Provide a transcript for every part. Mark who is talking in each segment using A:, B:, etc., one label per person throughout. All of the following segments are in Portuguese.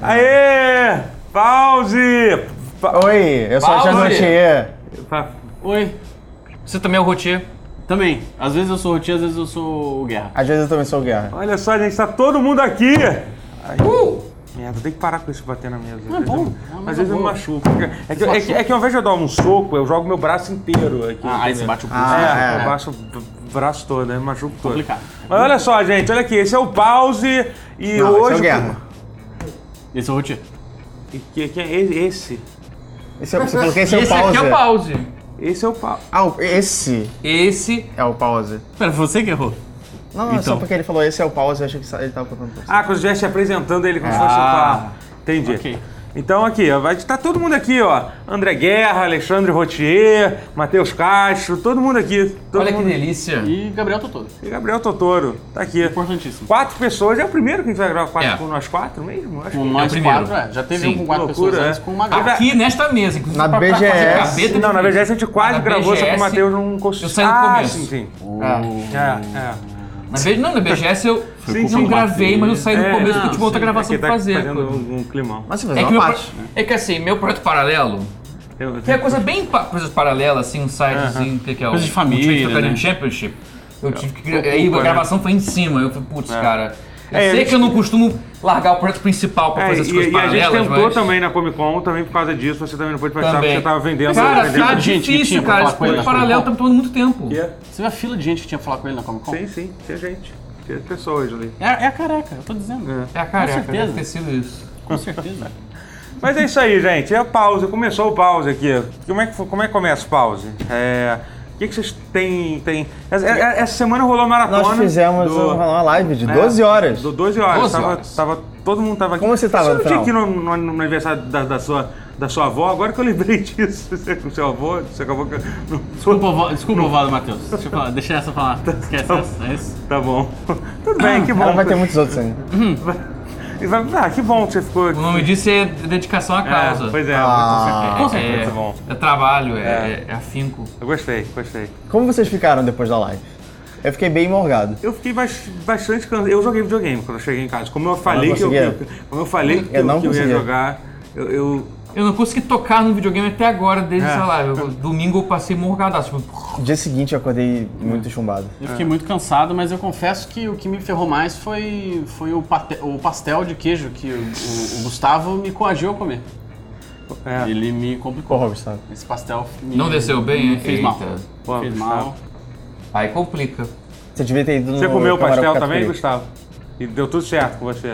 A: Aê! Pause! Pa-
B: Oi, eu sou o Charles
C: Paulo.
B: Rotier.
A: pa-
C: Oi. Você também é o Rotier?
D: Também. Às vezes eu sou o Rotier, às vezes eu sou o Guerra.
B: Às vezes eu também sou o Guerra.
A: Olha só, gente, tá todo mundo aqui! Ai, Merda, tem que parar com isso de bater na mesa. Não,
D: bom,
A: Às vezes eu me machuco. É que, é, que, é que ao invés de eu dar um soco, eu jogo meu braço inteiro aqui.
D: Ah, aí
A: entendeu?
D: você bate o pulso.
B: Ah,
A: é,
B: é.
A: eu baixo o braço todo, aí machuco todo.
D: Complicado.
A: Mas olha só, gente, olha aqui, esse é o pause e
B: Não, esse
A: hoje.
B: é o Guerra.
D: Esse é o Rotier.
A: E que, que é esse?
B: Esse é, você falou que esse é o
C: esse aqui
B: pause.
C: é o pause.
A: Esse é o pause.
B: Ah, o- esse
C: Esse.
B: é o pause.
D: Pera, foi você que errou.
B: Não, é só
D: Então.
B: porque ele falou esse é o pause, eu achei que ele tava contando pra você.
A: Ah, quando estivesse apresentando ele como se
D: Ah,
A: fosse o pá. Entendi.
D: ok.
A: Então aqui, ó, vai estar todo mundo aqui, ó. André Guerra, Alexandre Rotier, Matheus Castro, todo mundo aqui. Todo
C: Olha que
A: mundo.
C: delícia.
D: E Gabriel Totoro.
A: E Gabriel Totoro, tá aqui.
D: Importantíssimo.
A: Quatro pessoas, é o primeiro que a gente vai gravar quatro
C: É.
A: com nós quatro mesmo? Acho
D: Com
A: que-
D: nós
C: primeiro.
D: quatro, é. Já teve
C: Sim.
D: um com quatro
A: Loucura,
D: pessoas
A: é.
D: antes com uma
A: Ah,
D: Gabi.
C: Aqui nesta mesa, inclusive.
B: Na
C: pra- pra fazer
B: BGS.
C: gaveta
A: Não, na
C: de-
A: verdade a gente quase
C: Na
A: gravou, só que o
C: BGS,
A: Matheus não conseguiu.
C: eu saí no
A: ah,
C: começo. Oh.
A: sim, sim.
B: Ah,
A: É, é.
C: Na BGS, não, na BGS eu
A: Sim,
C: não
A: sim.
C: gravei, mas eu saí no
A: É,
C: começo que eu
A: não,
C: tive outra
A: sim,
C: gravação
A: é que
C: pra
A: tá
C: fazer.
A: Fazendo né? um, um climão.
B: mas você
C: É
B: fez
C: que,
B: uma
C: meu pro-
B: parte.
C: é que assim, meu projeto paralelo,
A: Eu-
C: que é coisa bem pa... coisas paralelas, assim, um sitezinho, que, que é o.
D: Coisa de família,
C: o Ultimate Fighting
D: né?
C: Championship. Eu tive que. gra-
A: Ocupa,
C: Aí a
A: né?
C: gravação foi em cima. Eu falei, putz, cara. Eu
A: É,
C: sei
A: a
C: que eu não costumo largar o projeto principal pra
A: É,
C: fazer as
A: e,
C: coisas
A: e a gente
C: paralelas,
A: tentou
C: mas...
A: também na Comic Con, também por causa disso, você também não pôde participar
C: Também.
A: porque você tava vendendo.
C: Cara,
A: vendendo.
C: tá
D: de gente que
C: difícil,
D: tinha pra
C: cara.
D: falar
C: Esse
D: com ele
C: projeto
D: na
C: paralelo tá me tomando muito tempo.
A: É.
D: Você viu a fila de gente que tinha que falar com ele na Comic Con?
A: Sim, sim, tinha gente. Tinha pessoas ali.
D: É, é a careca, eu tô dizendo.
C: É a careca,
D: certeza.
C: deve ter sido isso.
D: Com certeza.
A: Mas é isso aí, gente. É a pausa. Começou o pause aqui. Como é que, foi- como é que começa o pause? É, O que, que vocês têm? têm... Essa, é- essa semana rolou a maratona.
B: Nós fizemos
A: do-
B: uma live de
A: é,
B: 12 horas.
A: Do 12 horas.
C: 12
A: tava,
C: horas.
A: tava- todo mundo tava aqui.
B: Como você tava
A: Você
B: no
A: não tinha
B: final?
A: aqui no, no- no aniversário da, da sua, da sua avó? Agora que eu lembrei disso. Com seu avô, você acabou que... eu- não-
D: Desculpa, vó- desculpa Valdo Matheus. Deixa, eu falar- deixa essa falar. Esquece essa. É isso.
A: Tá bom. Tudo bem, que bom.
B: Ela Então vai ter muitos outros ainda.
A: E vai- Ah, que bom que você ficou...
C: O nome disso é dedicação à causa.
A: É, pois é.
B: Ah.
A: muito-
C: É-
A: certeza.
C: é-
A: Muito bom.
C: É trabalho, é, é afinco.
A: Eu gostei, gostei.
B: Como vocês ficaram depois da live? Eu fiquei bem morgado.
A: Eu fiquei bas- bastante cansado. Eu joguei videogame quando eu cheguei em casa. Como eu falei que eu,
B: Ah, conseguia.
A: que eu- como eu falei que
B: Eu
A: eu,
B: não
A: que eu ia
B: conseguia.
A: jogar, eu, eu-
C: Eu não consegui tocar no videogame até agora, desde,
A: É.
C: sei lá, eu- domingo eu passei morgadaço. Tipo,
B: No dia seguinte eu acordei muito chumbado.
D: Eu fiquei muito cansado, mas eu confesso que o que me ferrou mais foi, foi o, pate- o pastel de queijo que o, o- o Gustavo me coagiu a comer.
A: é.
D: Ele me complicou.
B: Porra, Gustavo.
D: Esse pastel me-
C: não desceu bem,
D: me
C: hein?
D: fez mal.
C: Eita.
A: Pô,
D: fez
A: Gustavo.
D: mal.
C: Aí complica.
B: Você devia ter ido no
A: Você comeu o
B: camarão
A: pastel
B: com
A: também,
B: catupiry.
A: Gustavo? E deu tudo certo com você.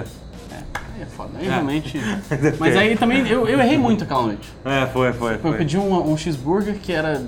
D: Aí é foda. Aí realmente. Mas aí também eu, eu errei muito aquela noite.
A: É, foi, foi.
D: Eu
A: foi.
D: pedi um, um cheeseburger que era.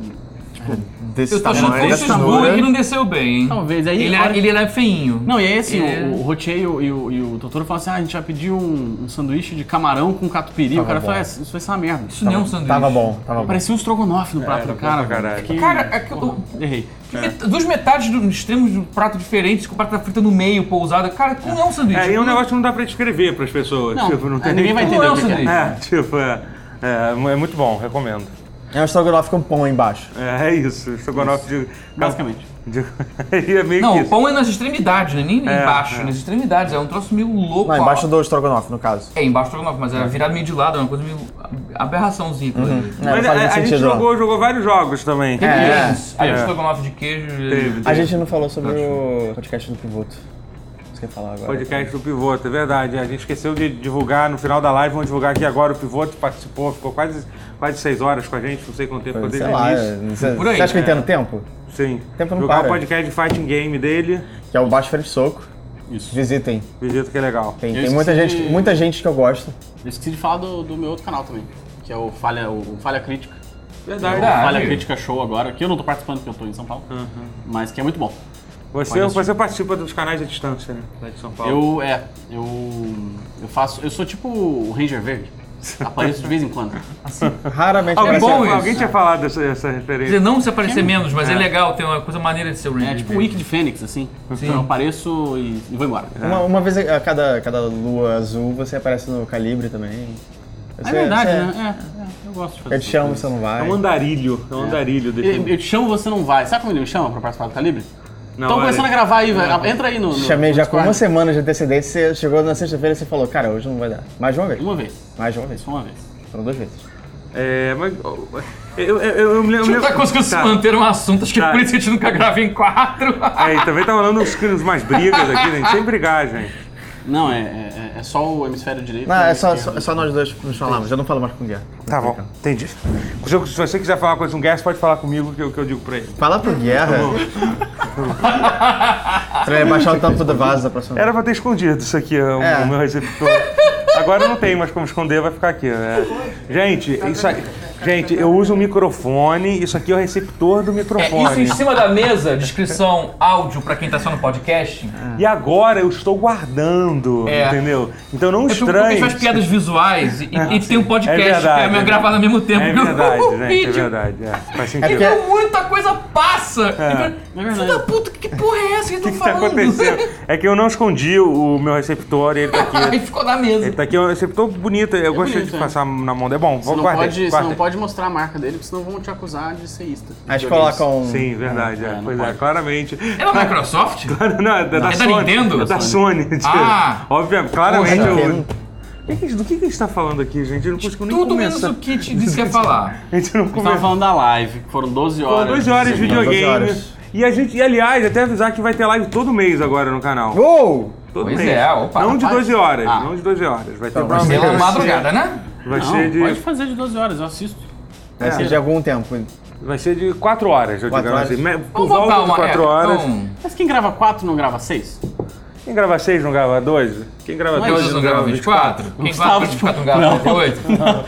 B: Desse
C: Eu tô achando que
B: tamanho, é
C: foi o
B: dessa
C: Xisburg que
B: altura.
C: não desceu bem, hein?
D: Talvez, aí
C: Ele,
D: a hora
C: era, ele era feinho.
D: Não, e aí assim,
C: É.
D: o, o Rotier e o, e o, e o Totoro falaram assim: ah, a gente vai pedir um, um sanduíche de camarão com catupiry. o
B: Tava
D: cara
B: bom.
D: falou: "É, isso vai ser uma merda.
C: Isso não é um sanduíche.
B: Tava bom, tava bom.
D: Parecia um estrogonofe no prato
A: É, era
D: do
A: bom pra
D: cara. velho.
A: caralho.
D: Fiquei-
C: Cara, é que eu-
D: Porra, errei.
C: Met- Duas metades um do extremos do prato diferentes, com batata frita no meio, pousada. Cara, não é um sanduíche.
A: É, e é um negócio que não dá pra descrever pras pessoas.
D: Não,
A: tipo, não tem
D: ninguém vai
C: Não
D: entender
C: é
D: o
C: um
D: que que é.
C: sanduíche.
A: É, tipo, é, é, é muito bom, recomendo.
B: É um estrogonofe com pão embaixo.
A: É, é isso, estrogonofe de...
D: Basicamente.
A: De... é meio
C: Não,
A: que
C: o
A: isso.
C: pão é nas extremidades, né? Nem
A: É,
C: embaixo,
A: é.
C: nas extremidades. É um troço meio louco.
B: Não,
C: ó.
B: embaixo do estrogonofe, no caso.
C: É, embaixo do estrogonofe, mas era virado meio de lado, era uma coisa meio aberraçãozinha. aquilo ali.
B: É,
A: Mas
B: não faz
A: a,
B: muito
A: a gente
B: sentido, não.
A: jogou, jogou vários jogos também.
C: Tem
B: É.
C: queijos. Aí
D: É.
C: o estrogonofe de queijo.
A: Teve.
B: A gente não falou sobre o podcast do Pivoto. Você quer falar agora?
A: Podcast do Pivoto, é verdade. A gente esqueceu de divulgar no final da live, vamos divulgar aqui agora. O Pivoto participou, ficou quase, quase seis horas com a gente, não sei quanto tempo, ficou
B: Sei
A: desde o
B: lá,
A: início.
B: não sei-
C: Por aí,
B: você acha que eu entendo tempo?
A: Sim.
B: tempo não
A: Jogar
B: para.
A: o podcast de fighting game dele,
B: Que é o Baixo Frente Soco.
D: Isso.
B: Visitem.
A: acredito que é legal.
B: Tem,
D: Eu
B: tem muita,
D: esqueci
B: gente,
D: de-
B: muita gente que eu gosto.
D: né? Eu esqueci de falar do, do meu outro canal também, que é o Falha, o, o Falha Crítica.
A: Verdade.
C: Ah,
D: Falha
C: viu?
D: Crítica Show agora, que eu não tô participando porque eu tô em São Paulo,
A: Uhum.
D: mas que é muito bom.
A: Você,
D: Olha
A: você participa dos canais à distância, né? Lá de São Paulo.
D: Eu, é, eu, eu faço, eu sou tipo o Ranger Verde, apareço de vez em quando. É
B: Raramente
A: Alguém,
C: É
B: aparece-
C: bom
A: tinha,
C: isso.
A: alguém tinha falado dessa, dessa
C: Quer dizer,
A: referência.
C: não se aparecer menos, mas é. legal, tem uma coisa maneira de ser o
D: É
C: Ranger.
D: tipo o Wiki de Fênix, assim, eu apareço e, e vou embora.
B: Uma, uma vez a cada, cada lua azul você aparece no calibre também.
D: É
B: Você-
D: verdade,
B: você-
D: né? É, é, eu gosto de fazer
B: Eu te
D: essas
B: chamo,
D: coisas.
B: você não
A: É
B: vai.
A: um andarilho, é um andarilho. desse-
D: Eu, eu te chamo, você não vai. Sabe como ele me chama pra participar do Calibre?
A: Não,
D: Estão
A: olha-
D: começando a gravar aí, velho. Entra aí no. no
B: Chamei já
D: no
B: com uma
D: Discord.
B: semana de antecedência, você chegou na sexta-feira e você falou, cara, hoje não vai dar. Mais de uma vez.
D: Uma vez.
B: Mais de uma vez.
D: Só uma vez.
B: Foram duas vezes.
A: É, mas. Eu, eu, eu, eu me lembro.
C: A única coisa que eles
A: Tá.
C: manteram um assunto, acho que
A: Tá.
C: é por isso que a gente nunca grava em quatro.
A: É, e também tá rolando uns, uns mais brigas aqui, né? Sem brigar, gente.
D: Não, é, é, é- é só o hemisfério direito.
B: Não,
D: né?
B: é só, só, só nós dois nos falamos, eu não falo mais com o Guerra.
A: Tá bom, entendi. Se se você quiser falar uma coisa com o Guess, pode falar comigo que eu, que eu digo pra ele.
B: Fala pro Guerra. pra ele baixar o tampo do vaso da próxima vez.
A: Era pra ter escondido isso aqui, o,
B: É.
A: o meu receptor. Agora não tem mais como esconder, vai ficar aqui. né? Gente, isso aí. Gente, eu uso um microfone, isso aqui é o receptor do
C: É, isso
A: microfone.
C: em cima da mesa, descrição áudio pra quem tá só no podcast.
A: E agora eu estou guardando,
C: É.
A: entendeu? Então não
C: É porque a gente faz
A: estranhe.
C: piadas visuais e, e tem um podcast
A: É verdade,
C: que é
A: é
C: gravado ao mesmo tempo.
A: É
C: que o-
A: verdade,
C: o
A: gente, é
C: vídeo.
A: verdade. é. Faz
B: É
A: sentido.
B: porque-
C: Então muita coisa passa. E pra-
D: verdade.
C: Filho da puta, que porra é essa que
A: O
C: estão
A: que, que tá
C: falando?
A: acontecendo? É que eu não escondi o o meu receptor e ele tá
C: Aí
A: aqui.
C: ficou na mesa.
A: Ele tá aqui, é um receptor bonito. Eu gostei
D: bonito,
A: de
D: é.
A: passar na mão dele. É bom,
D: Você
A: vou
D: não,
A: guardar.
D: pode, você não pode mostrar a marca dele, porque senão vão te acusar de seísta.
B: Aí eles
D: Videogames.
B: colocam um...
A: Sim, verdade. é.
D: não
A: Pois é,
D: pode.
A: claramente.
C: É da Microsoft?
A: Não, é da,
C: da
A: Sony.
C: Nintendo?
A: É da Sony.
C: Ah!
A: Óbvio, claramente.
B: Poxa,
A: eu...
B: não.
A: O que que a gente- Do que, que a gente tá falando aqui, gente? Eu não consigo nem
C: Tudo menos
A: começar.
C: o que te disse que ia falar.
A: A gente não
D: Você tava
A: começa.
D: falando da live, que foram 12 horas.
A: Foram 12 horas de
D: Sim.
A: videogame.
B: 12 horas.
A: E a gente, e, aliás, até avisar que vai ter live todo mês agora no canal.
B: Uou!
A: Todo
C: Pois
A: mês.
C: é, opa,
A: não de
D: rapaz.
A: 12 horas,
D: Ah.
A: não de 12 horas. Vai ter
B: Então, vai ser
C: Pela
A: provavelmente-
C: madrugada, né?
A: Vai
D: Não,
A: ser de.
D: pode fazer de 12 horas, eu assisto.
B: Vai
A: É.
B: ser de algum tempo.
A: Vai ser de 4 horas, eu
B: Quatro
A: digo assim.
B: horas.
A: Me- Por volta de 4
C: é,
A: horas.
C: então,
D: Mas quem grava 4 não grava 6?
A: Quem grava 6 não grava 2? Quem grava
C: Quem
A: 2
C: hoje não grava 24? Quem um grava
D: Gustavo,
C: 24 não grava 48?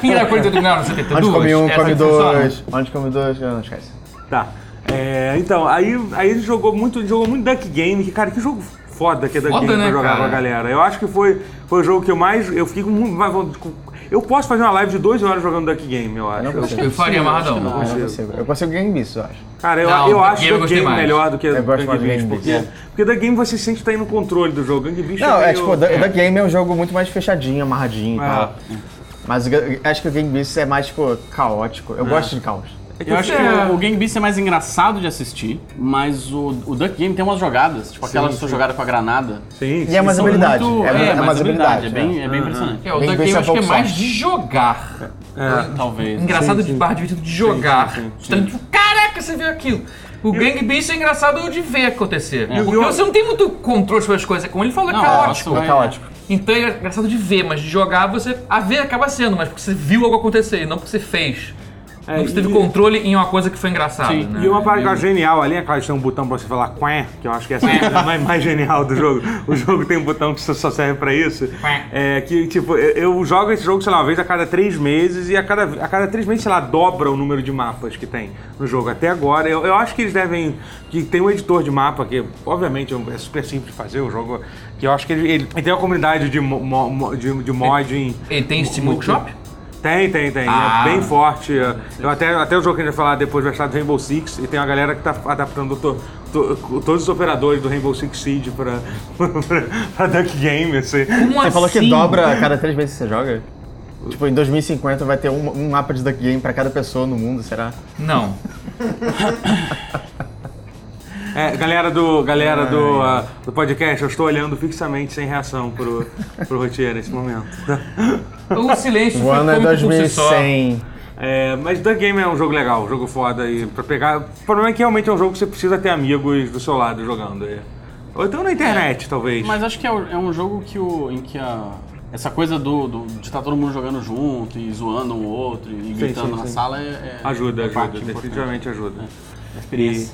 C: Quem grava 48 não grava
B: Onde
C: 72?
B: come um,
C: Essa é
B: come
C: que funciona.
B: dois. Onde come dois, não esquece.
A: Tá. É, então, aí, aí ele jogou muito, ele jogou muito Duck Game, que, cara, que jogo foda que é Duck
C: Foda,
A: Game
C: né,
A: pra jogar
C: cara?
A: com a galera. Eu acho que foi, foi o jogo que eu mais. Eu fiquei com muito. mais vontade- com- Eu posso fazer uma live de 2 horas jogando Duck Game, eu acho.
B: não consigo.
C: Eu faria amarradão.
B: Eu não consigo. Eu consigo game isso, eu acho.
A: Cara, eu,
C: Não,
A: eu
C: Duck
A: acho
C: Game eu
A: Duck
C: gostei
A: Game
C: mais.
A: melhor do que
B: Eu gosto
A: Duck
B: mais do
A: Game.
B: Game é.
A: Porque, porque Duck Game você sente que tá aí no controle do jogo. Gang Beast
B: Não, é
A: meio-
B: tipo, o Duck Game é um jogo muito mais fechadinho, amarradinho e
A: É.
B: tal. Mas o Gu- acho que o Game Beast é mais, tipo, caótico. Eu gosto de caos.
D: Eu acho que o, o Game Beast é mais engraçado de assistir, mas o, o Duck Game tem umas jogadas, tipo aquela sua jogada com a granada.
A: Sim,
B: E é mais
D: São
B: habilidade.
D: muito-
B: é, mais- é mais habilidade.
D: É
B: né?
D: bem, é bem impressionante.
C: É, o
B: Bem
C: Duck
B: bem
C: Game
B: sem
C: acho que é
B: pouco
C: mais
B: sorte.
C: de jogar.
A: Uhum. É.
D: Talvez.
C: Engraçado de barra divertido de jogar.
A: sim, sim.
C: Tanto, tipo, caraca, você viu aquilo. O Gang Beast é engraçado de ver acontecer. Porque
A: eu-
C: você não tem muito controle sobre as coisas. Como ele falou, é
D: Não,
C: caótico.
D: nossa,
B: É caótico.
C: Então é engraçado de ver, mas de jogar você. A ver acaba sendo, mas porque você viu algo acontecer, e não porque você fez. não porque você teve
A: e-
C: controle em uma coisa que foi engraçada.
D: Sim.
C: né?
A: E uma parada que eu acho genial ali é claro que tem um botão pra você falar quen, que eu acho que essa é a coisa mais, mais genial do jogo. O jogo tem um botão que só- só serve pra isso.
C: Quen.
A: É que, tipo, eu eu jogo esse jogo, sei lá, uma vez a cada três meses e a cada, a cada três meses, sei lá, dobra o número de mapas que tem no jogo até agora. Eu, eu acho que eles devem. que tem um editor de mapa, que obviamente é super simples de fazer o jogo, que eu acho que ele, ele- ele tem uma comunidade de, mo- mo- mo- de, de mod em.
C: Ele tem Steam Workshop?
A: Tem, tem, tem.
C: Ah.
A: É bem forte. É, Eu até, até o jogo que a gente vai falar depois vai estar do Rainbow Six e tem uma galera que tá adaptando to- to- todos os operadores do Rainbow Six Siege pra, pra, pra Duck Game, assim.
C: Como
B: Você falou que
C: assim?
B: dobra a cada três vezes que você joga? Tipo, em 2050 vai ter um, um mapa de Duck Game pra cada pessoa no mundo, será?
C: Não.
A: É, galera do, galera do, ah, do podcast, eu estou olhando fixamente sem reação pro, pro Rotier nesse momento.
C: O silêncio
B: O
C: foi
B: ano é
C: cômico por si só.
B: 2100.
A: É, mas Duck Game é um jogo legal, um jogo foda e pra pegar. O problema é que realmente é um jogo que você precisa ter amigos do seu lado jogando. é. Ou então na internet, talvez.
D: Mas acho que é, o- é um jogo que o, em que a, essa coisa do, do- de estar todo mundo jogando junto e zoando um outro e gritando
A: sim,
D: na
A: sim.
D: sala é, é-
A: Ajuda,
D: é
A: ajuda,
D: parte importante
A: definitivamente ajuda.
D: da experiência.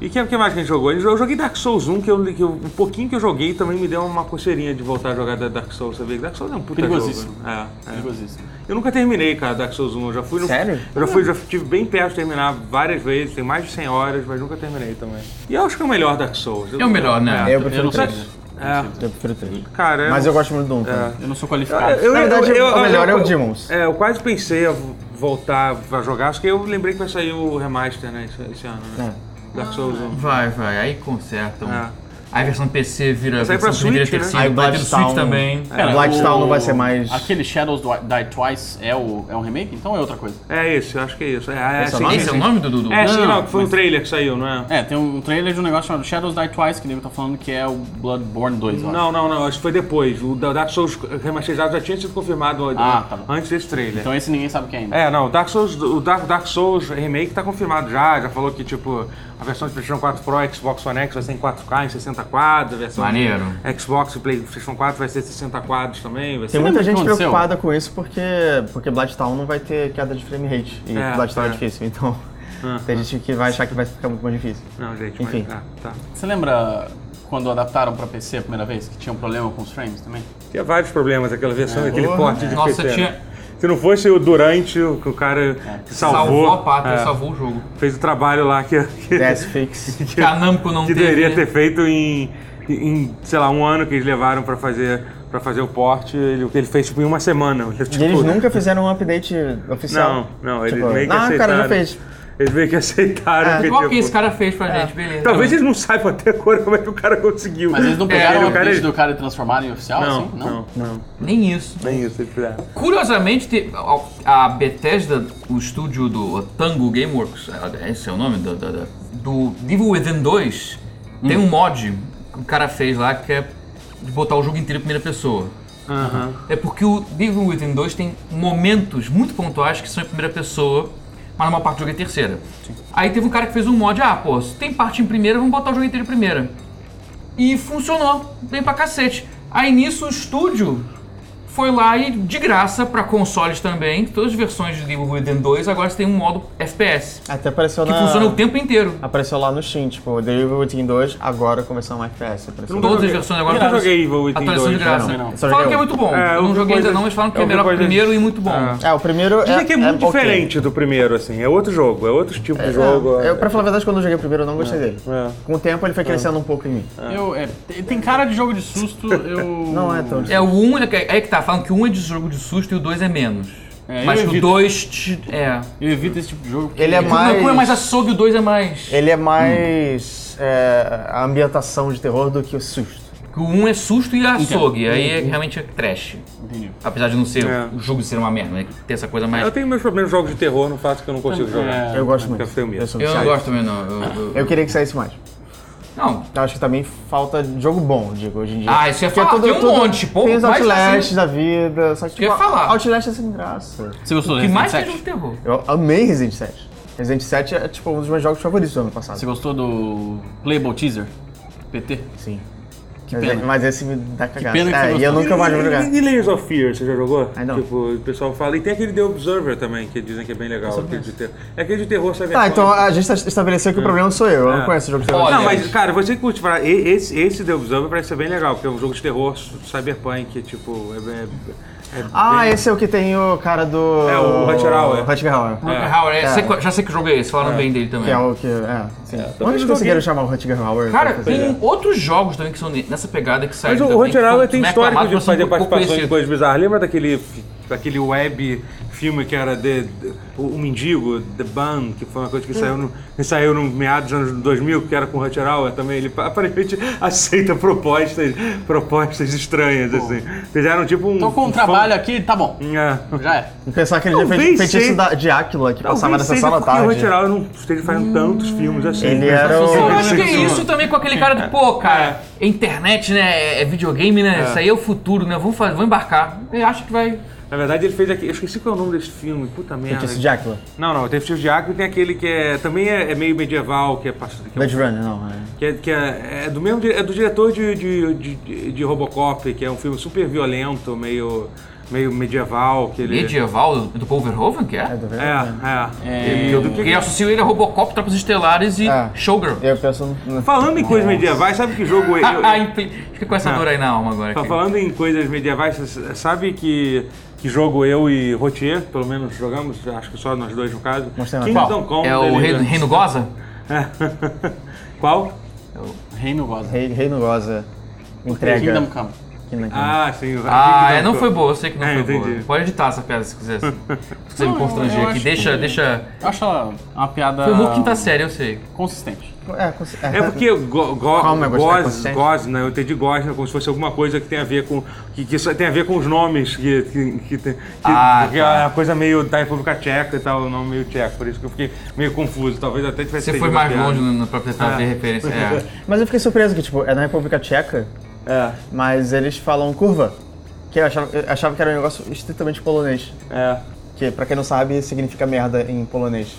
A: E o que, que mais que a gente jogou? Eu joguei Dark Souls 1, que, eu, que eu- um pouquinho que eu joguei também me deu uma coceirinha de voltar a jogar da Dark Souls, sabia? Dark Souls é um puta
D: Perigosíssimo.
A: jogo. né? É, é.
D: Perigosíssimo.
A: Eu nunca terminei, cara, Dark Souls 1. Eu já fui no-
B: Sério?
A: Eu já fui, já tive bem perto de terminar várias vezes, tem mais de 100 horas, mas nunca terminei também. E eu acho que é o melhor Dark Souls.
C: É o melhor, né?
B: Eu
D: Eu
B: prefiro
D: não
B: o
D: sei.
B: 3.
A: É,
B: Eu prefiro o 3.
A: cara, é um eu-
B: Mas eu gosto muito do 1. também.
D: Eu não sou
A: Ah,
D: qualificado.
B: Na verdade, o melhor é o Demons.
A: É, eu quase pensei a vo- voltar a jogar, só que eu lembrei que vai sair o remaster, né, esse, esse ano, né? Dark Souls 1.
C: Vai, vai, aí consertam.
A: É.
C: Aí a versão PC vira a
A: Sai pra
C: versão primeira e
A: Switch, né?
C: terceira,
B: Aí
C: vai ter no
B: Bloodstown-
C: Switch também.
B: É, Bloodstown não vai ser mais-
D: Aquele Shadows Do- Die Twice é, o, é um remake? Então é outra coisa.
A: É isso, eu acho que é isso. É, é,
B: Esse é o
A: sim,
B: nome?
A: sim,
C: Esse é o
A: sim.
C: nome do Dudu?
A: É, sim,
D: Não,
A: não, que foi um
D: mas-
A: trailer que saiu, não é?
D: É, tem um trailer de um negócio chamado Shadows Die Twice, que o nego tá falando que é o Bloodborne 2, eu acho.
A: Não, não, não, acho que foi depois. O da- Dark Souls remasterizado já tinha sido confirmado
D: Ah, tá bom.
A: antes desse trailer.
D: Então esse ninguém sabe o que é ainda.
A: É, não, o Dark Souls, o Dark, Dark Souls Remake tá confirmado já, já falou que, tipo, a versão de PlayStation 4 Pro, Xbox One X vai ser em 4K, em 60 quadros, a versão
C: Maneiro.
A: de Xbox e PlayStation 4 vai ser 60 quadros também, vai
B: Tem
A: ser...
D: lembra
B: muita
D: o que
B: gente
D: aconteceu?
B: preocupada com isso porque, porque Bloodstown não vai ter queda de frame rate. E
A: É,
B: Bloodstown é,
A: é.
B: difícil, então tem gente que vai achar que vai ficar muito mais difícil.
A: Não, gente,
B: Enfim.
A: mas tá, tá.
D: Você lembra quando adaptaram pra PC a primeira vez, que tinha um problema com os frames também?
A: Tinha vários problemas aquela versão, aquele
B: porra,
A: porte de
C: Nossa,
A: PC, né?
C: tinha-
A: Se não fosse o Durante, o, que o cara que salvou,
C: a pátria,
A: é,
C: salvou o jogo.
A: fez o trabalho lá que, que,
B: Death Fix.
C: Que a Namco não
A: que
C: teve. né?
A: deveria ter feito em, em, sei lá, um ano que eles levaram pra fazer, pra fazer o porte, ele, ele fez tipo em uma semana.
B: E eles nunca fizeram um update oficial.
A: Tipo, Não, não, eles
B: Tipo,
A: meio que
B: ah,
A: aceitaram.
B: cara, já fez.
A: Eles meio que aceitaram.
B: É.
A: que,
C: Igual que
A: tipo,
C: esse cara fez pra gente, beleza.
A: Talvez eles não saibam até agora como é que o cara conseguiu.
D: Mas eles não
A: É,
D: pegaram
A: ele-
D: o update
A: ele-
D: do cara e transformaram em oficial,
A: Não,
D: assim?
A: não, não.
C: Nem isso.
A: Nem isso, tipo, é. eles fizeram.
C: Curiosamente, te- a a Bethesda, o estúdio do Tango Gameworks, esse é o nome do, do, do, do Devil Within 2, tem um mod que o cara fez lá que é de botar o jogo inteiro em primeira pessoa.
A: Aham.
C: É porque o Devil Within 2 tem momentos muito pontuais que são em primeira pessoa, mas uma parte do jogo é em terceira. Aí teve um cara que fez um mod, ah, pô, se tem parte em primeira, vamos botar o jogo inteiro em primeira. E funcionou, bem pra cacete. Aí nisso o estúdio foi lá e de graça pra consoles também, todas as versões de Devil Within 2 agora você tem um modo FPS,
B: Até apareceu
C: que
B: na...
C: funciona o tempo inteiro.
B: Apareceu lá no Steam, tipo, The Evil Within 2, agora começou um FPS. apareceu lá.
C: Todas as versões agora
A: Eu não joguei Evil Within
C: atualização
A: 2.
C: de graça.
D: não.
B: Só
C: Falam
B: joguei
C: que é
B: um.
C: muito bom.
A: É,
C: eu
A: eu
C: não
A: vi
C: joguei ainda
A: coisas-
C: não, mas falam que
A: eu
C: é
A: vi
C: melhor que o
A: coisas-
C: primeiro e muito bom.
A: É.
B: É, o primeiro
A: Dizem que é muito
B: ok.
A: diferente do primeiro, assim. É outro jogo, é outro tipo de jogo.
B: É, eu, pra falar a verdade, quando eu joguei o primeiro, eu não gostei dele.
A: É.
B: Com o tempo, ele foi crescendo um pouco em mim.
D: Eu, é, tem- tem cara de jogo de susto, eu...
B: Não é tão
C: É, o 1 um, é, que- é que tá, falam que o 1 um é de jogo de susto e o 2 é menos.
D: É,
C: Mas
D: eu
C: que o
D: evito.
C: 2 te- é.
D: Eu evito esse tipo de jogo. porque-
B: Ele é mais...
C: O 1 é mais açougue, o 2 é mais.
B: Ele é mais é, a ambientação de terror do que o susto.
C: O 1 um é susto e açougue, aí é, realmente é trash.
D: Entendi.
C: Apesar de não ser
A: É.
C: o jogo ser uma merda, né? Ter essa coisa mais.
A: Eu
C: Eu,
A: tenho meus primeiros jogos de terror, não faço que eu não consigo jogar.
D: É,
B: Eu gosto muito.
A: eu tenho medo.
B: sou
C: não
B: viciado.
C: gosto também, não. Eu, eu-
B: Eu queria que saísse mais.
C: Não.
B: Eu acho que também falta de jogo bom, digo, hoje em dia. é
C: Ah, isso eu ia falar, tem um monte, pô,
B: Tem os
C: mas
B: Outlast
C: assim-
B: da vida, só que
C: eu ia
B: tipo,
C: falar.
B: Outlast é sem graça.
D: Você gostou do
C: O que mais
D: Resident
C: tem jogo
D: 7?
C: de terror?
B: Eu amei Resident 7. Resident 7 é tipo um dos meus jogos favoritos do ano passado.
D: Você gostou do Playable Teaser? PT?
B: Sim.
D: pena.
B: Mas, mas esse me dá cagada.
D: pena que
B: é,
D: você
B: e eu
D: gostou.
B: nunca mais vou jogar.
A: E, e Layers of Fear, você já jogou?
B: Ah, não.
A: Tipo, o pessoal fala. E tem aquele The Observer também, que dizem que é bem legal. Aquele de ter... É aquele de terror, sabe?
B: Tá, então a gente estabeleceu que o problema sou eu. Eu não conheço o jogo de terror.
C: Olha,
A: É. Não, mas, cara, você que curte falar, e- esse, esse The Observer parece ser bem legal, porque é um jogo de terror cyberpunk, tipo, é, é- é
B: Ah,
A: bem-
B: esse é o que tem o cara do.
A: É, o Rutger Hauer.
B: Rutger Hauer.
C: Howard, é,
B: É.
C: sei qual- já sei que jogo é esse, falaram bem dele também.
B: Que é o que. É, sim. Onde eles
A: joguei.
B: conseguiram chamar o Rutger Hauer? pra
C: Cara,
B: fazer?
C: tem outros jogos também que são ne- nessa pegada que saem.
A: Mas o
C: também, que né,
A: Roger Hauer
C: são
A: tem
C: bem
A: histórico
C: aclamados,
A: de
C: mas são um
A: fazer
C: pouco
A: participações em
C: conhecidos.
A: coisas bizarras. Lembra daquele, daquele web filme que era The, O Mendigo, The Bun, que foi uma coisa que saiu no, que saiu no meados dos anos 2000, que era com o Roger Hauer também? Ele aparentemente aceita propostas, propostas estranhas, assim. Fizeram tipo um...
D: Tô com um trabalho aqui, tá bom.
A: É.
D: Já é.
B: E pensar que ele já
A: Talvez
B: fez feitiço
A: seja-
B: da, de Áquila, que passava
A: Talvez
B: nessa
A: seja
B: sala à
A: porque o
B: tarde. né?
A: Roger Hauer não esteja fazendo tantos filmes assim.
B: Ele
A: né?
B: era o-
C: Eu
B: Sim,
C: acho que é
A: sim.
C: isso também com aquele cara do, pô, cara, é internet, né? É é videogame, né? Isso aí é o futuro, né? Vamos, fa- vamos embarcar. Eu acho que vai.
A: Na verdade, ele fez aqui... Eu esqueci qual é o nome desse filme. Puta merda.
B: Feitiço de Áquila.
A: Não, não. Tem Feitiço de Acre e tem aquele que é... Também é, é meio medieval, que é... pass- Que é um
B: Blade Runner, não. É.
A: Que, é, que é, é do mesmo di- é do diretor de, de, de, de Robocop, que é um filme super violento, meio, meio medieval. Que ele,
C: Medieval do- do Paul Verhoeven, que
B: É,
C: é?
B: do
A: É,
B: Blade Runner.
A: é.
C: Eu, eu associo ele a Robocop, Tropas Estelares e
B: É.
C: Showgirl.
B: Eu penso. no-
A: tá Falando em coisas medievais, sabe que jogo. Eu, eu-
C: Ah, enfim, fica com essa dor aí na alma agora.
A: Tá
C: cara.
A: falando em coisas medievais, você s- sabe que, que jogo eu e Rotier, pelo menos jogamos, acho que só nós dois no caso.
B: Mostra lá.
A: Kingdom
B: Qual?
A: Come
C: É o
A: Deliverance.
C: Reino, Reino Goza?
A: Qual?
D: Reino goza.
B: Rei, Rei não goza. Entrega.
D: Kingdom Come.
B: Aqui na-
A: Ah, sim.
C: É. Ah, é, não foi boa, eu sei que não
A: É,
C: foi
A: entendi.
C: boa. Pode editar essa piada se quiser. assim. Se você me
D: Não, eu-
C: constranger
D: eu
C: aqui.
D: acho
C: Deixa,
D: que- Ah.
C: deixa.
D: Eu acho ela uma piada
C: Foi humor quinta série, eu sei.
D: consistente.
B: É, cons-
A: É porque go, go,
B: Calma, eu gostei,
A: goz,
B: consciente.
A: goz, né? Eu entendi goz, né, como se fosse alguma coisa que tem a ver com. que, que só tem a ver com os nomes que. que, que, tem- que-
C: Ah,
A: porque
C: tá.
A: é uma coisa meio da República Tcheca e tal, o nome meio tcheco, por isso que eu fiquei meio confuso. Talvez até tivesse.
C: Você foi
A: entendido a
C: mais
A: piada. Ah.
C: longe né? no- no- pra tentar ter referência. É.
B: Mas eu fiquei surpreso que, tipo, é na República Tcheca,
A: É,
B: mas eles falam curva. Que eu achava, eu achava que era um negócio estritamente polonês.
A: é.
B: Que, pra quem não sabe, significa merda em polonês.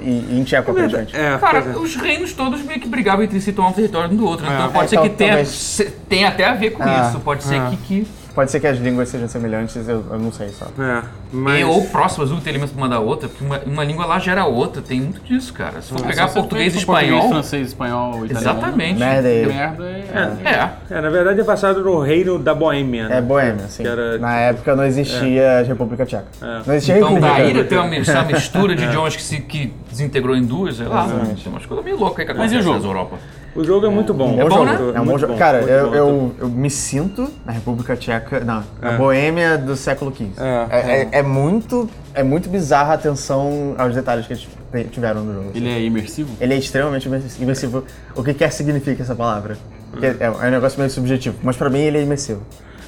B: E, e em tcheco, aparentemente.
A: É, pois
C: Cara,
A: é.
C: os reinos todos meio que brigavam entre si, tomavam território um do outro. Então
A: É,
C: pode ser que
B: tal-
C: tenha,
B: talvez.
C: se- tenha até a ver com
B: Ah,
C: isso. Pode ser que. que
B: Pode ser que as línguas sejam semelhantes, eu, eu não sei só.
A: É, mas.
C: É, ou próximas, uma tem uma da outra, porque uma, uma língua lá gera a outra, tem muito disso, cara. Se for pegar
D: Se você
C: português e
D: pensa português,
C: espanhol.
D: francês, tá espanhol, italiano.
C: Exatamente.
B: Merda aí.
D: Merda é.
C: É.
A: É, na verdade é passado no reino da Boêmia. né?
B: É boêmia, assim.
A: Que era- tipo- É.
B: Na época não existia a República Tcheca. Não existia
C: Então,
B: República.
C: daí
A: né,
C: tem uma mis- essa mistura de idiomas que, se, que desintegrou em duas, sei lá. Tem umas coisas meio loucas aí que
D: Mas e o
C: acontecem
D: jogo?
C: nas Europa.
A: O jogo é muito bom.
B: É
C: bom,
B: jogo.
C: né?
B: É um bom
A: Muito
B: jogo.
A: bom,
B: Cara,
A: muito
B: eu,
A: bom.
B: eu, eu me sinto na República Tcheca. Não, na
A: É.
B: Boêmia do século XV.
A: É.
B: É, é- é muito, é muito bizarra a atenção aos detalhes que eles te- tiveram no jogo.
D: Ele é imersivo?
B: Ele é extremamente imersivo. O que quer significa essa palavra? Porque é, é um negócio meio subjetivo. Mas pra mim ele é imersivo.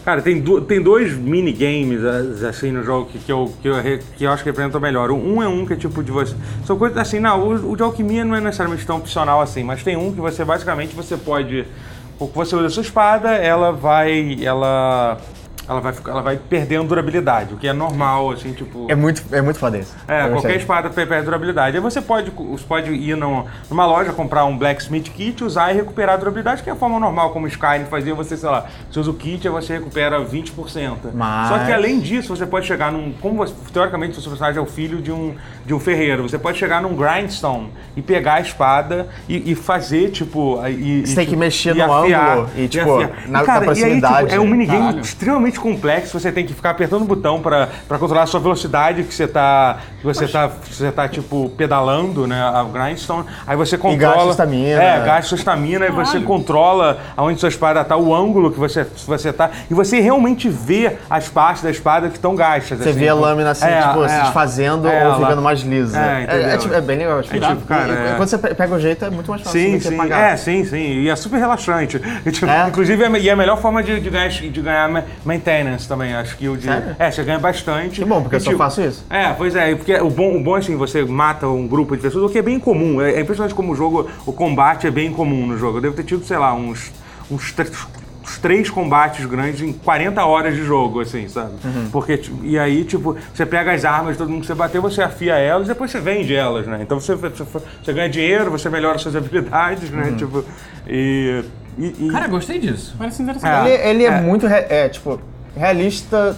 A: Cara, tem, du- tem dois minigames as- assim no jogo que, que, eu, que, eu, re- que eu acho que representam melhor. Um é um que é tipo de você. São coisas assim, não, o, o de alquimia não é necessariamente tão opcional assim, mas tem um que você basicamente você pode. o que Você usa a sua espada, ela vai. ela. Ela vai, ficar- ela vai perdendo durabilidade, o que é normal, assim, tipo.
B: É muito, é muito foda isso.
A: É,
B: Eu
A: qualquer
B: gostei.
A: espada pe- perde durabilidade. Aí você pode, você pode ir num- numa loja, comprar um Blacksmith Kit, usar e recuperar a durabilidade, que é a forma normal, como Skyrim fazia, você, sei lá, você usa o kit, aí você recupera 20%.
B: Mas-
A: Só que além disso, você pode chegar num. Como você- teoricamente seu personagem é o filho de um, de um ferreiro, você pode chegar num grindstone e pegar a espada e, e fazer, tipo. E, e,
B: Você tem que
A: tipo,
B: mexer
A: e
B: no
A: afiar,
B: ângulo e, tipo,
A: afiar.
B: na- na
A: cara, e aí, tipo,
B: proximidade.
A: é um minigame
D: Caralho.
A: extremamente complexo, você tem que ficar apertando o botão pra pra controlar a sua velocidade que você tá, que você tá, que você tá tipo pedalando, né, a grindstone. Aí você controla
B: gasta né? estamina.
A: É, gasta sua estamina e você controla aonde sua espada tá, o ângulo que você que você tá, e você realmente vê as partes da espada que estão gastas.
B: Você
A: assim,
B: vê a
A: então-
B: lâmina assim,
A: É,
B: tipo, se
A: é.
B: desfazendo
A: É,
B: ou
A: ela-
B: ficando mais lisa.
A: É, entendeu?
B: tipo, bem legal. Tipo,
A: É, tipo, cara,
B: e- e
A: é.
B: Quando você pe- pega o jeito, é muito mais fácil
A: Sim,
B: do que
A: sim.
B: apagar.
A: É, sim, sim. E é super relaxante. E, tipo,
B: É?
A: Inclusive, é, e é a melhor forma de, de ganhar, de ganhar ma- maintenance também. Acho que o de.
B: Sério?
A: É, você ganha bastante.
B: Que bom, porque
A: E,
B: eu só
A: tipo,
B: faço isso.
A: É, pois é, porque o bom, o bom é assim, você mata um grupo de pessoas, o que é bem comum. É, é impressionante como o jogo, o combate é bem comum no jogo. Eu devo ter tido, sei lá, uns. uns tre- uns três combates grandes em 40 horas de jogo, assim, sabe? Porque, ti- e aí, tipo, você pega as armas de todo mundo que você bateu, você afia elas e depois você vende elas, né? Então você, você, você ganha dinheiro, você melhora suas habilidades, né? Tipo, e... e- e-
C: Cara, gostei disso.
D: Parece interessante.
B: Ele, ele é,
A: É.
B: muito, re- é, tipo, realista.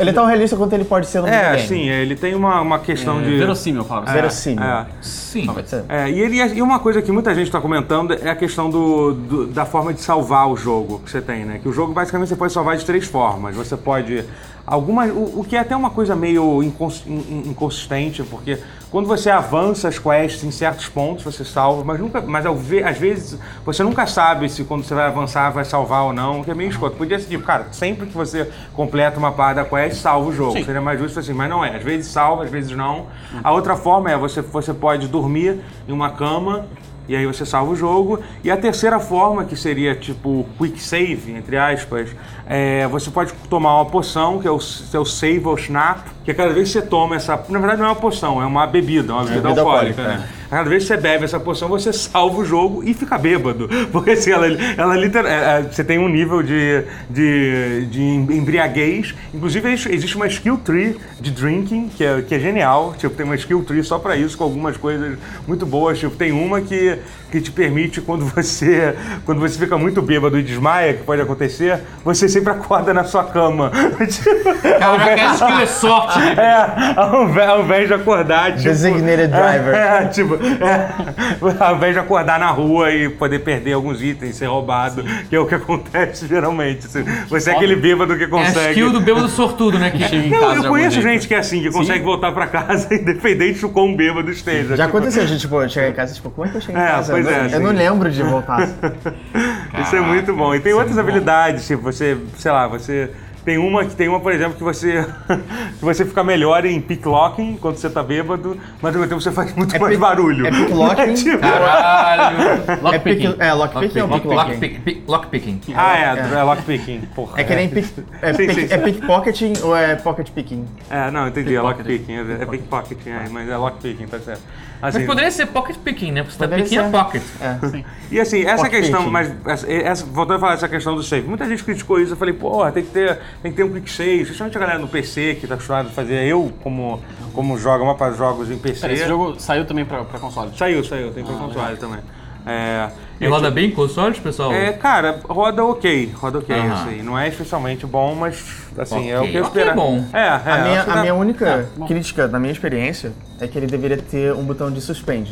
B: Ele é tão realista quanto ele pode ser no
A: é,
B: videogame.
A: sim, ele tem uma, uma questão
D: É,
A: de...
D: Verossímil, Ah, Paulo.
A: É,
B: Verossímil.
A: é.
C: Sim.
B: Pode ser.
A: É, e, ele, e uma coisa que muita gente está comentando é a questão do, do- da forma de salvar o jogo que você tem, né? Que o jogo basicamente você pode salvar de três formas. Você pode. Algumas, o, o que é até uma coisa meio incons- in- in- inconsistente, porque quando você avança as quests em certos pontos, você salva, mas nunca. Mas ao ve- às vezes você nunca sabe se quando você vai avançar vai salvar ou não, o que é meio escroto. Podia ser tipo, cara, sempre que você completa uma parte da quest, salva o jogo. Seria mais justo assim, mas não é. Às vezes salva, às vezes não. A outra forma é você, você pode dormir em uma cama e aí você salva o jogo. E a terceira forma, que seria tipo quick save, entre aspas, é, você pode tomar uma poção, que é o seu save ou snap, que a cada vez que você toma essa. Na verdade, não é uma poção, é uma bebida, uma bebida
B: bebida
A: alcoólica,
B: alcoólica,
A: né? A cada vez que você bebe essa poção, você salva o jogo e fica bêbado. Porque assim, ela, ela literal, é, é, você tem um nível de, de, de embriaguez. Inclusive, ex- existe uma skill tree de drinking, que é, que é genial. Tipo, tem uma skill tree só pra isso, com algumas coisas muito boas. Tipo, tem uma que, que te permite, quando você, quando você fica muito bêbado e desmaia, que pode acontecer, você sempre acorda na sua cama. Tipo,
C: Caraca, essa skill é sorte. né?
A: é, ao invés, ao invés de acordar, tipo...
B: Designated driver.
A: É, tipo, é, ao invés de acordar na rua e poder perder alguns itens, ser roubado, que é o que acontece geralmente. Assim, Você é aquele bêbado que
C: É a
A: consegue...
C: skill do bêbado sortudo, né? Que
D: Chega em
A: Não,
D: casa
A: eu
D: já
A: conheço
D: mudei.
A: gente que é assim, que consegue voltar pra casa independente do quão bêbado esteja.
B: Já
A: tipo,
B: aconteceu de, tipo, eu chegar em casa, tipo, como é que eu cheguei em
A: É,
B: casa?
A: pois
B: eu, não-
A: é,
B: eu não
A: sim.
B: lembro de voltar.
A: Isso é muito bom. E tem outras habilidades, tipo, você, sei lá, você. Tem uma que tem uma, por exemplo, que você. que você fica melhor em picklocking quando você tá bêbado, mas ao mesmo tempo você faz muito mais
B: pick-
A: barulho.
B: é picklocking?
A: É tipo-
C: Caralho!
B: pick-
D: Lockpicking.
B: é, lockpicking é um
C: Lockpicking.
B: picklock.
C: Lockpicking. Lockpicking.
A: Ah, é, é, lockpicking. Porra.
B: É que nem pick, é,
A: Sim,
B: pick-
A: sim, sim.
B: é pickpocketing ou é pocket picking?
A: É, não, entendi, é
C: Pickpocketing.
A: lockpicking. É, é pickpocketing, é, mas é lockpicking, tá certo. Assim,
C: Mas poderia ser pocket picking, né? Porque você tá
B: Poderia
C: picking é
B: ser.
C: pocket.
B: É.
A: E assim, essa
B: Pocket
A: questão,
B: picking.
A: mas essa, essa- voltando a falar dessa questão do save, muita gente criticou isso, eu falei, porra, tem que ter, tem que ter um quick save, principalmente a galera no PC que tá acostumada a fazer, eu como, como joga mapa de jogos em PC.
D: Pera, esse jogo saiu também pra, pra console.
A: Saiu, saiu, tem pra console também. É,
C: E roda bem em consoles, pessoal?
A: é, cara, roda ok, roda ok,
C: Aham.
A: assim, não é especialmente bom, mas assim, é o que
C: Ok,
A: eu
C: ok,
A: esperava.
C: bom.
A: É, é,
B: A,
A: acho
B: minha,
A: É, que
B: a
A: dá-
B: minha única
D: bom.
B: crítica, na minha experiência, é que ele deveria ter um botão de suspend,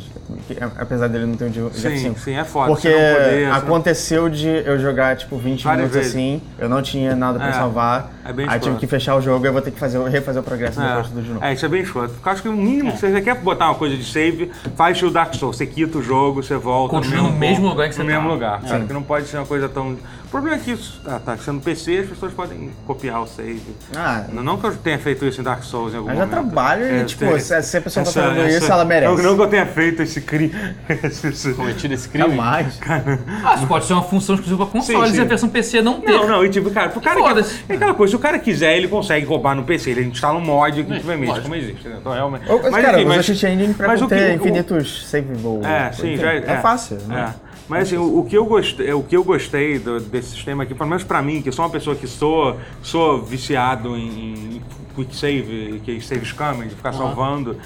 B: que, a- apesar dele não ter um de de
A: Sim,
B: F5.
A: sim, é foda,
B: Porque
A: você não poder, você não-
B: aconteceu de eu jogar, tipo, 20
A: Várias
B: minutos
A: vezes.
B: assim, eu não tinha nada pra
A: É,
B: salvar,
A: é bem
B: aí tive
A: escroto.
B: que fechar o jogo e eu vou ter que fazer, refazer o progresso depois
A: É,
B: tudo de novo.
A: É, isso é bem escroto. Porque eu acho que o
C: É.
A: mínimo, que você já quer botar uma coisa de save, faz o Dark Souls. Você quita o jogo, você volta.
C: Continua no mesmo
A: ponto,
C: lugar que você
A: No
C: tá.
A: mesmo lugar. Cara, que não pode ser uma coisa tão. O problema é que isso. Ah, tá. Sendo PC, as pessoas podem copiar o save.
B: Ah,
A: Não, não que eu tenha feito isso em Dark Souls em algum
B: Mas já
A: momento. É,
B: trabalho e, tipo,
A: tem-
B: se- se a pessoa tá fazendo isso, ela merece.
A: Não, não que eu tenha feito esse crime. esse- esse-
D: Cometido esse
A: Tá
D: crime.
B: jamais.
C: Ah, isso pode ser uma função exclusiva pra consoles
A: Sim, sim.
C: e a versão PC não ter.
A: Não, não, e tipo, cara, pro cara.
C: Foda-se.
A: Que, é aquela coisa, se o cara quiser, ele consegue roubar no PC. Ele instala um mod que permite,
D: lógico.
A: como existe, né? Então, realmente.
B: Ou- Mas, cara,
A: enfim,
B: usa cheat engine pra
A: mas o que-
B: ter
A: o-
B: infinitos save goals.
A: É, sim, já,
B: é, fácil, né?
A: é. Mas assim, o, o que eu gostei, o que eu gostei do- desse sistema aqui, pelo menos pra mim, que sou uma pessoa que sou, sou viciado em, em quick save, que é save scamming, de ficar salvando.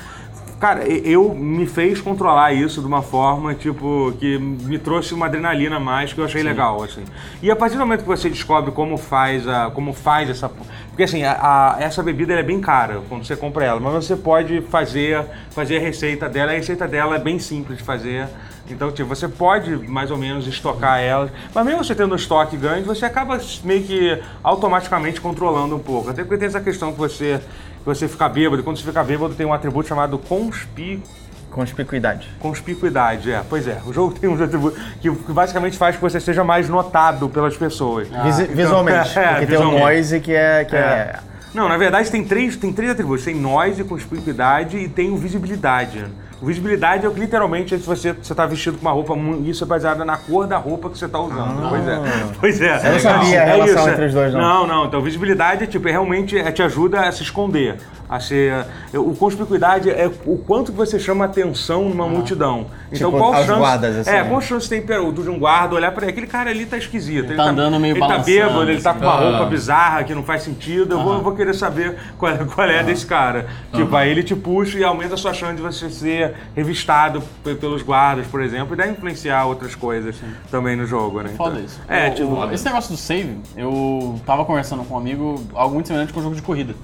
A: Cara, e- eu me fez controlar isso de uma forma, tipo, que me trouxe uma adrenalina a mais que eu achei legal, assim. E a partir do momento que você descobre como faz a, como faz essa, porque assim, a- a- essa bebida ela é bem cara quando você compra ela, mas você pode fazer, fazer a receita dela. A receita dela é bem simples de fazer. Então, tipo, você pode mais ou menos estocar elas, mas mesmo você tendo um estoque grande, você acaba meio que automaticamente controlando um pouco. Até porque tem essa questão que você, que você fica bêbado, e quando você fica bêbado tem um atributo chamado conspi,
B: Conspicuidade.
A: conspicuidade. É, pois é, o jogo tem um atributo que que basicamente faz que você seja mais notado pelas pessoas.
B: Visi-
A: então-
B: visualmente,
A: É,
B: porque tem um o
A: visualmente.
B: noise que é... Que é.
A: Não, na verdade tem três, tem três atributos. Tem noise, conspicuidade e tem o visibilidade. O visibilidade é o que literalmente é se você está vestido com uma roupa, mu- isso é baseado na cor da roupa que você está usando. Pois é. Pois é.
B: Ah. Eu não sabia a
A: É
B: relação
A: isso, é.
B: entre os dois, não.
A: Não, não. Então, visibilidade é tipo, é realmente é, te ajuda a se esconder. A ser, é, o conspicuidade é o quanto que você chama atenção numa multidão. Então,
B: Ah. Tipo,
A: qual
B: as
A: chance.
B: guardas, assim,
A: é,
B: né?
A: qual chance tem pera, de um guarda olhar pra ele? aquele cara ali tá esquisito. Ele
D: tá andando meio
A: Ele tá
D: balançando,
A: bêbado, ele tá com uma
C: assim.
A: roupa
C: Ah.
A: bizarra que não faz sentido, eu,
D: Ah.
A: vou, eu vou querer saber qual, é- qual é desse cara. Tipo, aí ele te puxa e aumenta a sua chance de você ser revistado pe- pelos guardas, por exemplo, e dá influenciar outras coisas também no jogo, né?
D: Foda
A: Então,
D: isso.
A: É,
D: O-
A: tipo,
D: o- Esse negócio do save, eu tava conversando com um amigo, algo muito semelhante com o jogo de corrida.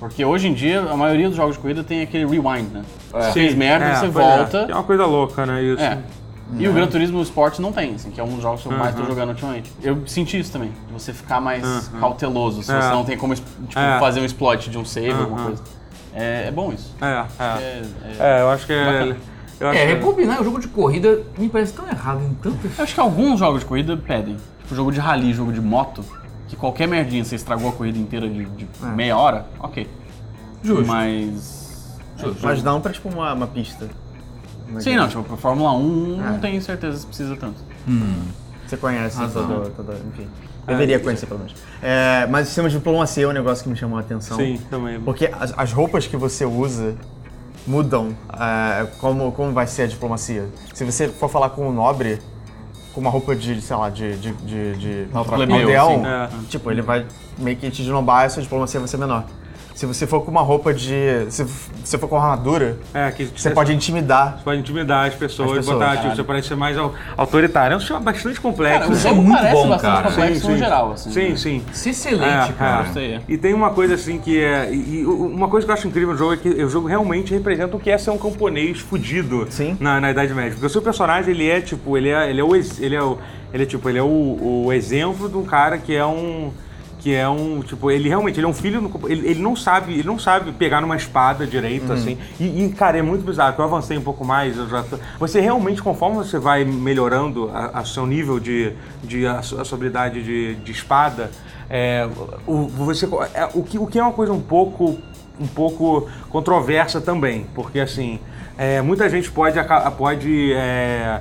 D: Porque hoje em dia, a maioria dos jogos de corrida tem aquele rewind, né? Você Fez merda,
A: é,
D: você
A: pois é.
D: volta.
A: É uma coisa louca, né? Isso.
D: É. E o Gran Turismo Sport não tem, assim, que é um dos jogos que eu mais
A: Uhum.
D: tô jogando ultimamente. Eu senti isso também, de você ficar mais cauteloso, se
A: É.
D: você não tem como tipo,
A: É. Uhum.
D: fazer um exploit de um save, alguma coisa. É, é bom isso.
A: É, é.
D: É- é-
A: É, eu acho que é.
D: Bacana.
A: Eu acho
C: É,
A: que-
C: recombinar o jogo de corrida me parece tão errado em tantas.
D: Eu acho que alguns jogos de corrida pedem. Tipo, jogo de rally, jogo de moto, que qualquer merdinha você estragou a corrida inteira de, de
A: É.
D: meia hora, ok.
C: Justo.
D: Mas.
C: Justo.
B: Mas não pra, tipo, uma, uma pista. Uma
D: Sim,
A: é
B: que
D: não, tipo, pra Fórmula 1 não tenho certeza se precisa tanto.
B: Você conhece
C: Razão.
B: todo, todo- enfim. Deveria conhecer, pelo menos. É, mas o sistema de diplomacia é um negócio que me chamou a atenção.
A: Sim, também.
B: Porque as, as roupas que você usa mudam é, como, como vai ser a diplomacia. Se você for falar com um nobre, com uma roupa de, sei lá, de, de, de, de
D: plebeu,
B: aldeão,
A: assim. É.
B: tipo, ele vai meio que te desnobar e a sua diplomacia vai ser menor. Se você for com uma roupa de. Se você for com uma armadura,
A: É, que
B: você pode intimidar.
A: pode intimidar as pessoas,
B: As pessoas,
A: botar, tipo,
B: caralho.
A: você parece ser mais au- autoritário. É um sistema bastante complexo.
D: o
A: né?
D: jogo
C: muito
D: parece
C: bom,
D: bastante
C: cara.
D: complexo no geral, assim.
A: Sim, sim.
C: Isso é excelente,
A: É,
C: cara.
A: é.
D: Gostei, é.
A: E tem uma coisa assim que é. E, e uma coisa que eu acho incrível no jogo é que o jogo realmente representa o que é ser um camponês fudido
B: Sim.
A: na, na Idade Média. Porque o seu personagem, ele é tipo, ele é, ele é o. ex- Ele é, o, ele é tipo, ele é o, o exemplo de um cara que é um. que é um, tipo, ele realmente, ele é um filho, no- ele, ele não sabe, ele não sabe pegar numa espada direito, assim, e, e, cara, é muito bizarro, que eu avancei um pouco mais, eu já tô- você realmente, conforme você vai melhorando a, a seu nível de, de a, su- a sua habilidade de, de espada, é, o, você, é, o, que, o que é uma coisa um pouco, um pouco controversa também, porque, assim, é, muita gente pode, aca- pode é,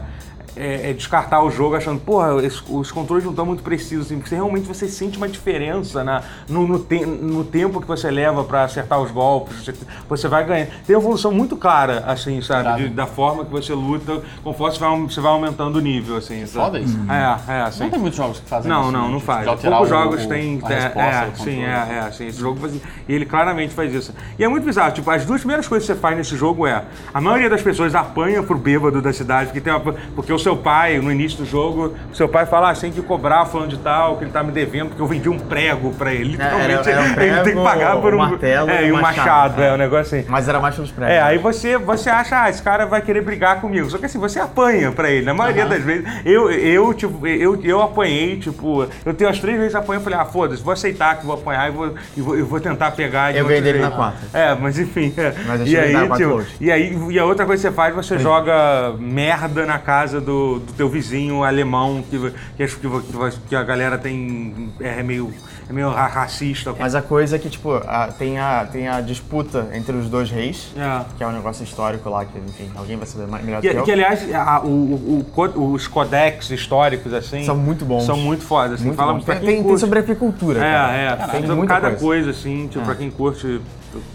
A: é, é descartar o jogo achando, porra, es- os controles não estão muito precisos, assim, porque você, realmente você sente uma diferença na, no, no, te- no tempo que você leva pra acertar os golpes, você, você vai ganhando. Tem uma evolução muito clara, assim, sabe, de- da forma que você luta, conforme você vai, au- você vai aumentando o nível, assim. sabe?
D: Foda isso.
A: É, é,
D: Não
A: assim.
D: tem muitos jogos que fazem
A: Não,
D: isso.
A: não,
D: né?
A: não
D: Tipo,
A: faz.
D: de alterar
A: Poucos
D: o-
A: jogos têm.
D: A
A: é,
D: resposta,
A: é,
D: o
A: sim,
D: controle.
A: é, é, sim. Esse jogo faz isso. E ele claramente faz isso. E é muito bizarro, tipo, as duas primeiras coisas que você faz nesse jogo é. A maioria das pessoas apanha pro bêbado da cidade, porque, tem uma- porque o seu pai, no início do jogo, o seu pai fala, ah, você tem que cobrar fulano de tal, que ele tá me devendo, porque eu vendi um prego pra ele.
B: É, era-
A: Literalmente,
B: era um
A: ele tem que
B: prego,
A: pagar por um.
B: um martelo
A: é, e um machado, é, um negócio assim.
B: Mas era mais pelos prédios.
A: É, aí você, você acha, ah, esse cara vai querer brigar comigo. Só que assim, você apanha pra ele. Na maioria das vezes, eu, eu, tipo, eu, eu apanhei, tipo, eu tenho as três vezes apanhei e falei, ah, foda-se, vou aceitar que vou apanhar e vou, e vou, e vou tentar pegar. de
B: Eu
A: outro
B: ganhei dele
A: jeito.
B: na quarta.
A: É, mas enfim. é.
B: Mas eu
A: e,
B: cheguei
A: aí,
B: na quarta
A: tipo,
B: hoje.
A: e aí, e a outra coisa que você faz, você joga merda na casa do, do teu vizinho alemão, que, que, acho que, vo- que vo- que a galera tem. É, meio, é meio ra- racista.
B: Mas a coisa é que, tipo, a- tem, a, tem a disputa entre os dois reis,
A: É.
B: que é um negócio histórico lá, que, enfim, alguém vai saber mais, melhor do que
A: Que, é
B: eu.
A: que, aliás, a- o- o- o co- os codex históricos, assim.
B: São muito bons.
A: São muito fodas. Assim,
B: Muito
A: fala
B: bom.
A: pra
B: Tem,
A: quem
B: tem, tem
A: curte.
B: sobre agricultura, cara.
A: É, é. tem sobre
B: muita
A: cada coisa,
B: coisa. É.
A: assim, tipo, pra quem curte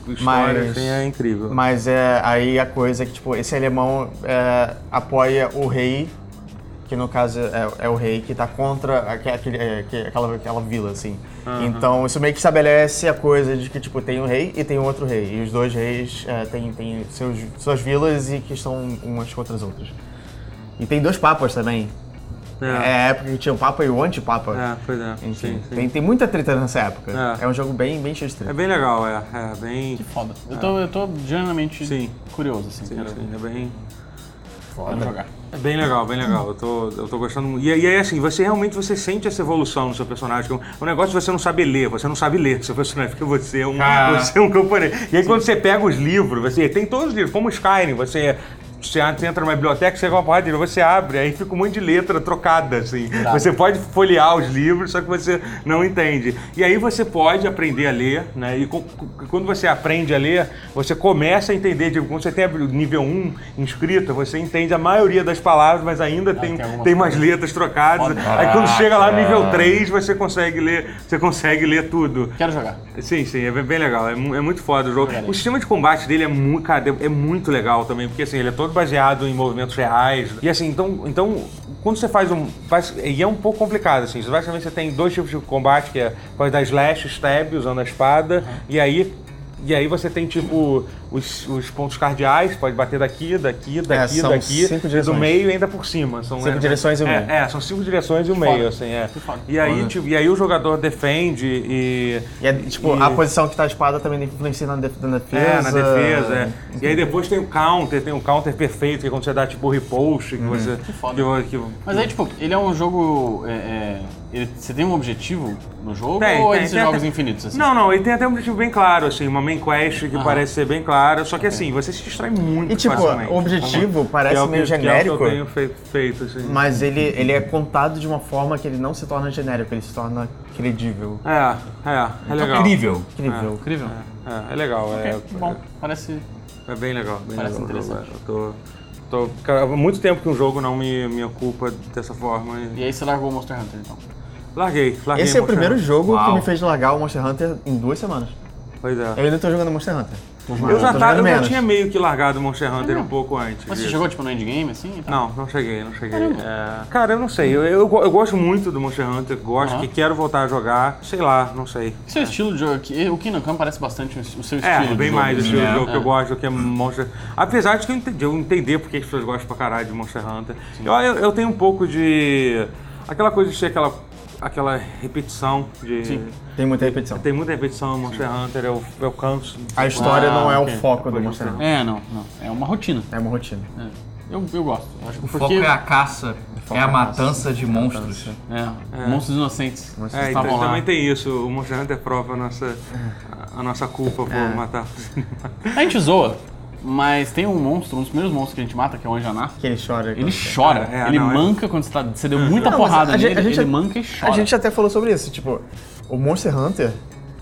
A: história,
B: Mas-
A: assim, é incrível.
B: Mas é, aí a coisa é que, tipo, esse alemão é, apoia o rei, que no caso é, é o rei que tá contra aque- aquele- é, que- aquela, aquela vila, assim. Então isso meio que estabelece a coisa de que, tipo, tem um rei e tem outro rei. E os dois reis é, têm têm seus, suas vilas e que estão umas contra as outras. E tem dois papas também.
A: é,
B: É,
A: é,
B: a época que tinha o papa e o antipapa.
A: pois é.
B: Enfim,
A: Sim, sim.
B: Tem, tem muita treta nessa época.
A: É.
B: É, um jogo bem, bem cheio de
A: É
B: treta.
A: bem legal, é. É bem.
D: Foda. Eu tô, eu tô genuinamente
A: Sim.
D: curioso, assim.
A: Sim,
D: quero,
A: sim, é bem.
D: quero jogar.
A: É bem legal, bem legal. Eu tô, eu tô gostando muito. E, aí- e aí, assim, você realmente você sente essa evolução no seu personagem. que é um- É um negócio que você não sabe ler, você não sabe ler seu personagem, porque você é um,
C: Ah.
A: você é um camponês. E aí, quando você pega os livros, você tem todos os livros, como Skyrim, você. Você an- você entra numa biblioteca, chega uma porrada de livro, você abre, aí fica um monte de letra trocada, assim. Você pode folhear os livros, só que você não entende. E aí você pode aprender a ler, né? E co- co- quando você aprende a ler, você começa a entender, tipo, quando você tem a bibli- nível 1 inscrita, você entende a maioria das palavras, mas ainda tem,
D: tem alguma
A: tem umas letras trocadas. Aí quando chega lá no nível 3, você consegue ler, você consegue ler tudo.
D: Quero jogar.
A: Sim, sim, é bem- bem legal. É, mu- é muito foda o jogo. O sistema de combate dele é muito, cara, é muito legal também, porque assim, ele é todo baseado em movimentos reais. E assim, então, então quando você faz um. Faz, e é um pouco complicado, assim. Você basicamente você tem dois tipos de combate, que é pode dar slash, stab, usando a espada, e aí. E aí você tem, tipo, os, os pontos cardeais, pode bater daqui, daqui, daqui,
B: É, são
A: daqui.
B: cinco
A: e do
B: direções.
A: meio e ainda por cima. São
B: Cinco direções e o
A: é,
B: meio.
A: É, são cinco direções e o meio, assim, é.
D: foda.
A: E aí, tipo, e aí o jogador defende e.
B: E, é, tipo,
A: e-
B: a posição que tá a espada também influencia na, def- na defesa.
A: é, na defesa. é. E aí depois tem o counter, tem o counter perfeito, que é quando você dá tipo repost, que
B: Uhum.
A: você. Que
D: foda.
A: que-
D: Mas aí, tipo, ele é um jogo. é, é, ele- você tem um objetivo no jogo
A: Tem,
D: ou
A: tem,
D: é esses
A: tem
D: jogos
A: até-
D: infinitos? Assim?
A: Não, não, ele tem até um objetivo bem claro, assim, uma main quest que parece ser bem clara, só que assim, você se distrai muito.
B: E, tipo,
A: facilmente.
B: o objetivo parece
A: Que é o que-
B: meio
A: que é o que
B: genérico.
A: eu tenho feito, feito, assim.
B: Mas ele, ele é contado de uma forma que ele não se torna genérico, ele se torna credível.
A: É, é, é legal.
C: Incrível.
B: Então, Incrível.
D: Incrível.
A: É, é legal, é.
D: Ok, Bom, parece.
A: É bem legal, bem
D: Parece
A: legal.
D: interessante.
A: Eu tô, tô, cara, há muito tempo que um jogo não me, me ocupa dessa forma. e-
D: E aí você largou o Monster Hunter, então.
A: Larguei, larguei.
B: Esse é o
A: Monster
B: primeiro
A: Hunter.
B: jogo que
C: Uau.
B: me fez largar o Monster Hunter em duas semanas.
A: Pois é.
B: Eu ainda tô jogando Monster Hunter. tá-
A: Eu já,
B: tô
A: tava, eu
B: jogando
A: já
B: menos.
A: tinha meio que largado o Monster Hunter um pouco antes.
D: Mas você
A: disso.
D: chegou, tipo, no endgame, assim? e tal?
A: Não, não cheguei, não cheguei. É, Cara, eu não sei. Eu, eu, go- eu gosto muito do Monster Hunter, gosto,
D: Aham.
A: que quero voltar a jogar. Sei lá, não sei.
D: O seu estilo de jogo aqui. O Kingdom Come parece bastante o seu estilo
A: É,
D: de
A: bem
D: jogo,
A: mais
D: assim,
A: esse
D: né?
A: jogo que
D: É.
A: eu gosto do que é Monster Apesar de que eu entendi, eu entender porque as pessoas gostam pra caralho de Monster Hunter. Eu, eu, eu tenho um pouco de. Aquela coisa de ser aquela, aquela repetição de.
B: Tem muita repetição.
A: Tem muita repetição no Monster Hunter, eu, eu canso.
B: A história
D: Ah,
B: não é
D: ok.
B: o foco do
A: Pode
B: Monster
A: ser.
B: Hunter.
D: É, não, não. É uma rotina.
B: É uma rotina.
D: É. Eu, eu gosto. eu Acho,
C: O
D: porque,
C: foco é a caça, é a
B: é a
C: matança de monstros.
D: é, monstros inocentes. Monstros
A: É,
D: estavam
A: então
D: lá.
A: também tem isso. O Monster Hunter prova a nossa, a nossa culpa por
B: É.
A: matar.
D: A gente zoa, mas tem um monstro, um dos primeiros monstros que a gente mata, que é o Anjaná.
B: Que ele chora.
D: Ele
B: quando-
D: chora,
A: É, é,
D: ele
A: não, é-
D: manca quando você, tá, você deu muita
B: Não, mas
D: porrada
B: a
D: nele,
B: gente- a gente já-
D: ele manca e chora.
B: A gente é- até falou sobre isso, tipo, o Monster Hunter,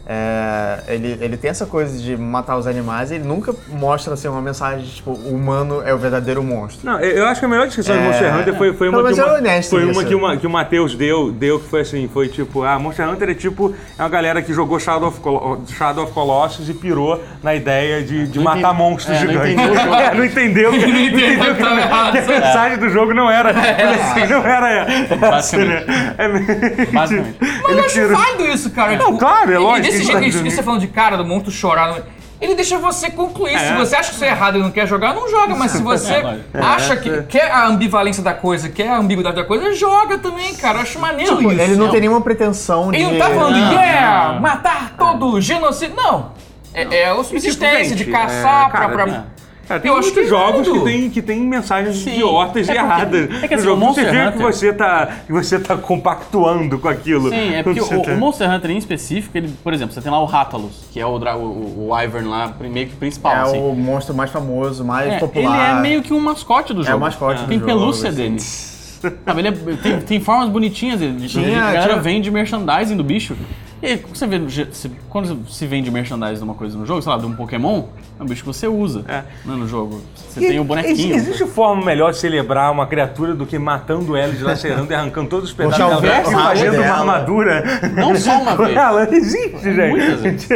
B: é, ele, ele tem essa coisa de matar os animais e ele nunca mostra, assim, uma mensagem, tipo, o humano é o verdadeiro monstro.
A: Não, eu eu acho que a melhor descrição de
B: É.
A: Monster Hunter foi, foi uma,
B: Pelo
A: que,
B: menos
A: uma,
B: é honesto
A: foi uma
B: nisso.
A: que, uma que o Matheus deu, deu, que foi assim, foi tipo, ah, Monster Hunter é tipo, é uma galera que jogou Shadow of, Colo- Shadow of Colossus e pirou na ideia de, de
D: Não
A: matar
D: entendi-
A: monstros
D: é, não
A: gigantes.
D: entendeu o jogo.
A: É, não entendeu, que- não entendeu que,
C: tava errado.
A: que a mensagem do jogo não era, assim, não era essa, né?
D: É. Basicamente.
A: É meio-
D: Basicamente.
A: Ele
C: Eu acho
A: tirou-
C: válido isso, cara.
A: Não, claro, é
C: e- e
A: lógico,
C: Desse
A: isso
C: jeito
A: tá
C: que isso que
A: dizendo.
C: você falando de cara do monstro chorar, não- ele deixa você concluir. Se você acha que isso é errado e não quer jogar, não joga. Mas se você
D: É, lógico.
C: acha que quer a ambivalência da coisa, quer a ambiguidade da coisa, joga também, cara. Eu acho maneiro
B: Tipo,
C: isso. É
B: ele não tem nenhuma pretensão de...
C: Ele não tá falando,
D: Não,
C: yeah,
D: não. tipo,
C: matar todo genocídio. Não. É, é o subsistência
A: gente,
C: de caçar
A: é, cara,
C: pra.
A: né?
C: pra...
A: Cara, tem
C: Eu acho
A: muitos
C: que é
A: jogos
C: válido.
A: que tem, que tem mensagens
D: Sim.
A: idiotas
D: É
A: e
D: porque-
A: erradas.
D: é que assim,
A: no
D: o
A: jogo.
D: Monster
A: você vê que
D: Hunter-
A: você tá, que você tá compactuando com aquilo.
D: Sim, é
A: Quando
D: porque o,
A: você tá-
D: o Monster Hunter em específico, ele, por exemplo, você tem lá o Rathalos, que é o, dra- o, o, o Ivern lá, meio que principal,
B: É
D: assim.
B: o monstro mais famoso, mais
D: É, ele
B: popular. É
D: é meio que um mascote do jogo. É.
B: o mascote do
D: Tem
B: jogo,
D: pelúcia
B: assim.
D: dele. Sabe, ele é- tem, tem formas bonitinhas dele.
B: Tinha-
D: a galera
B: tinha-
D: vende merchandising do bicho. E aí, você vê, no ge- se- quando se vende merchandising de uma coisa no jogo, sei lá, de um Pokémon, é um bicho que você usa
A: É.
D: né, no jogo. Você
A: E-
D: tem o
A: ex-
D: bonequinho.
A: Existe forma melhor de celebrar uma criatura do que matando ela, dilacerando e arrancando todos os pedaços
B: Puxar o
A: dela e
B: verso do rabo
A: fazendo uma
B: dela.
A: armadura?
D: Não só uma vez.
A: Ela existe, gente.
D: Muitas vezes.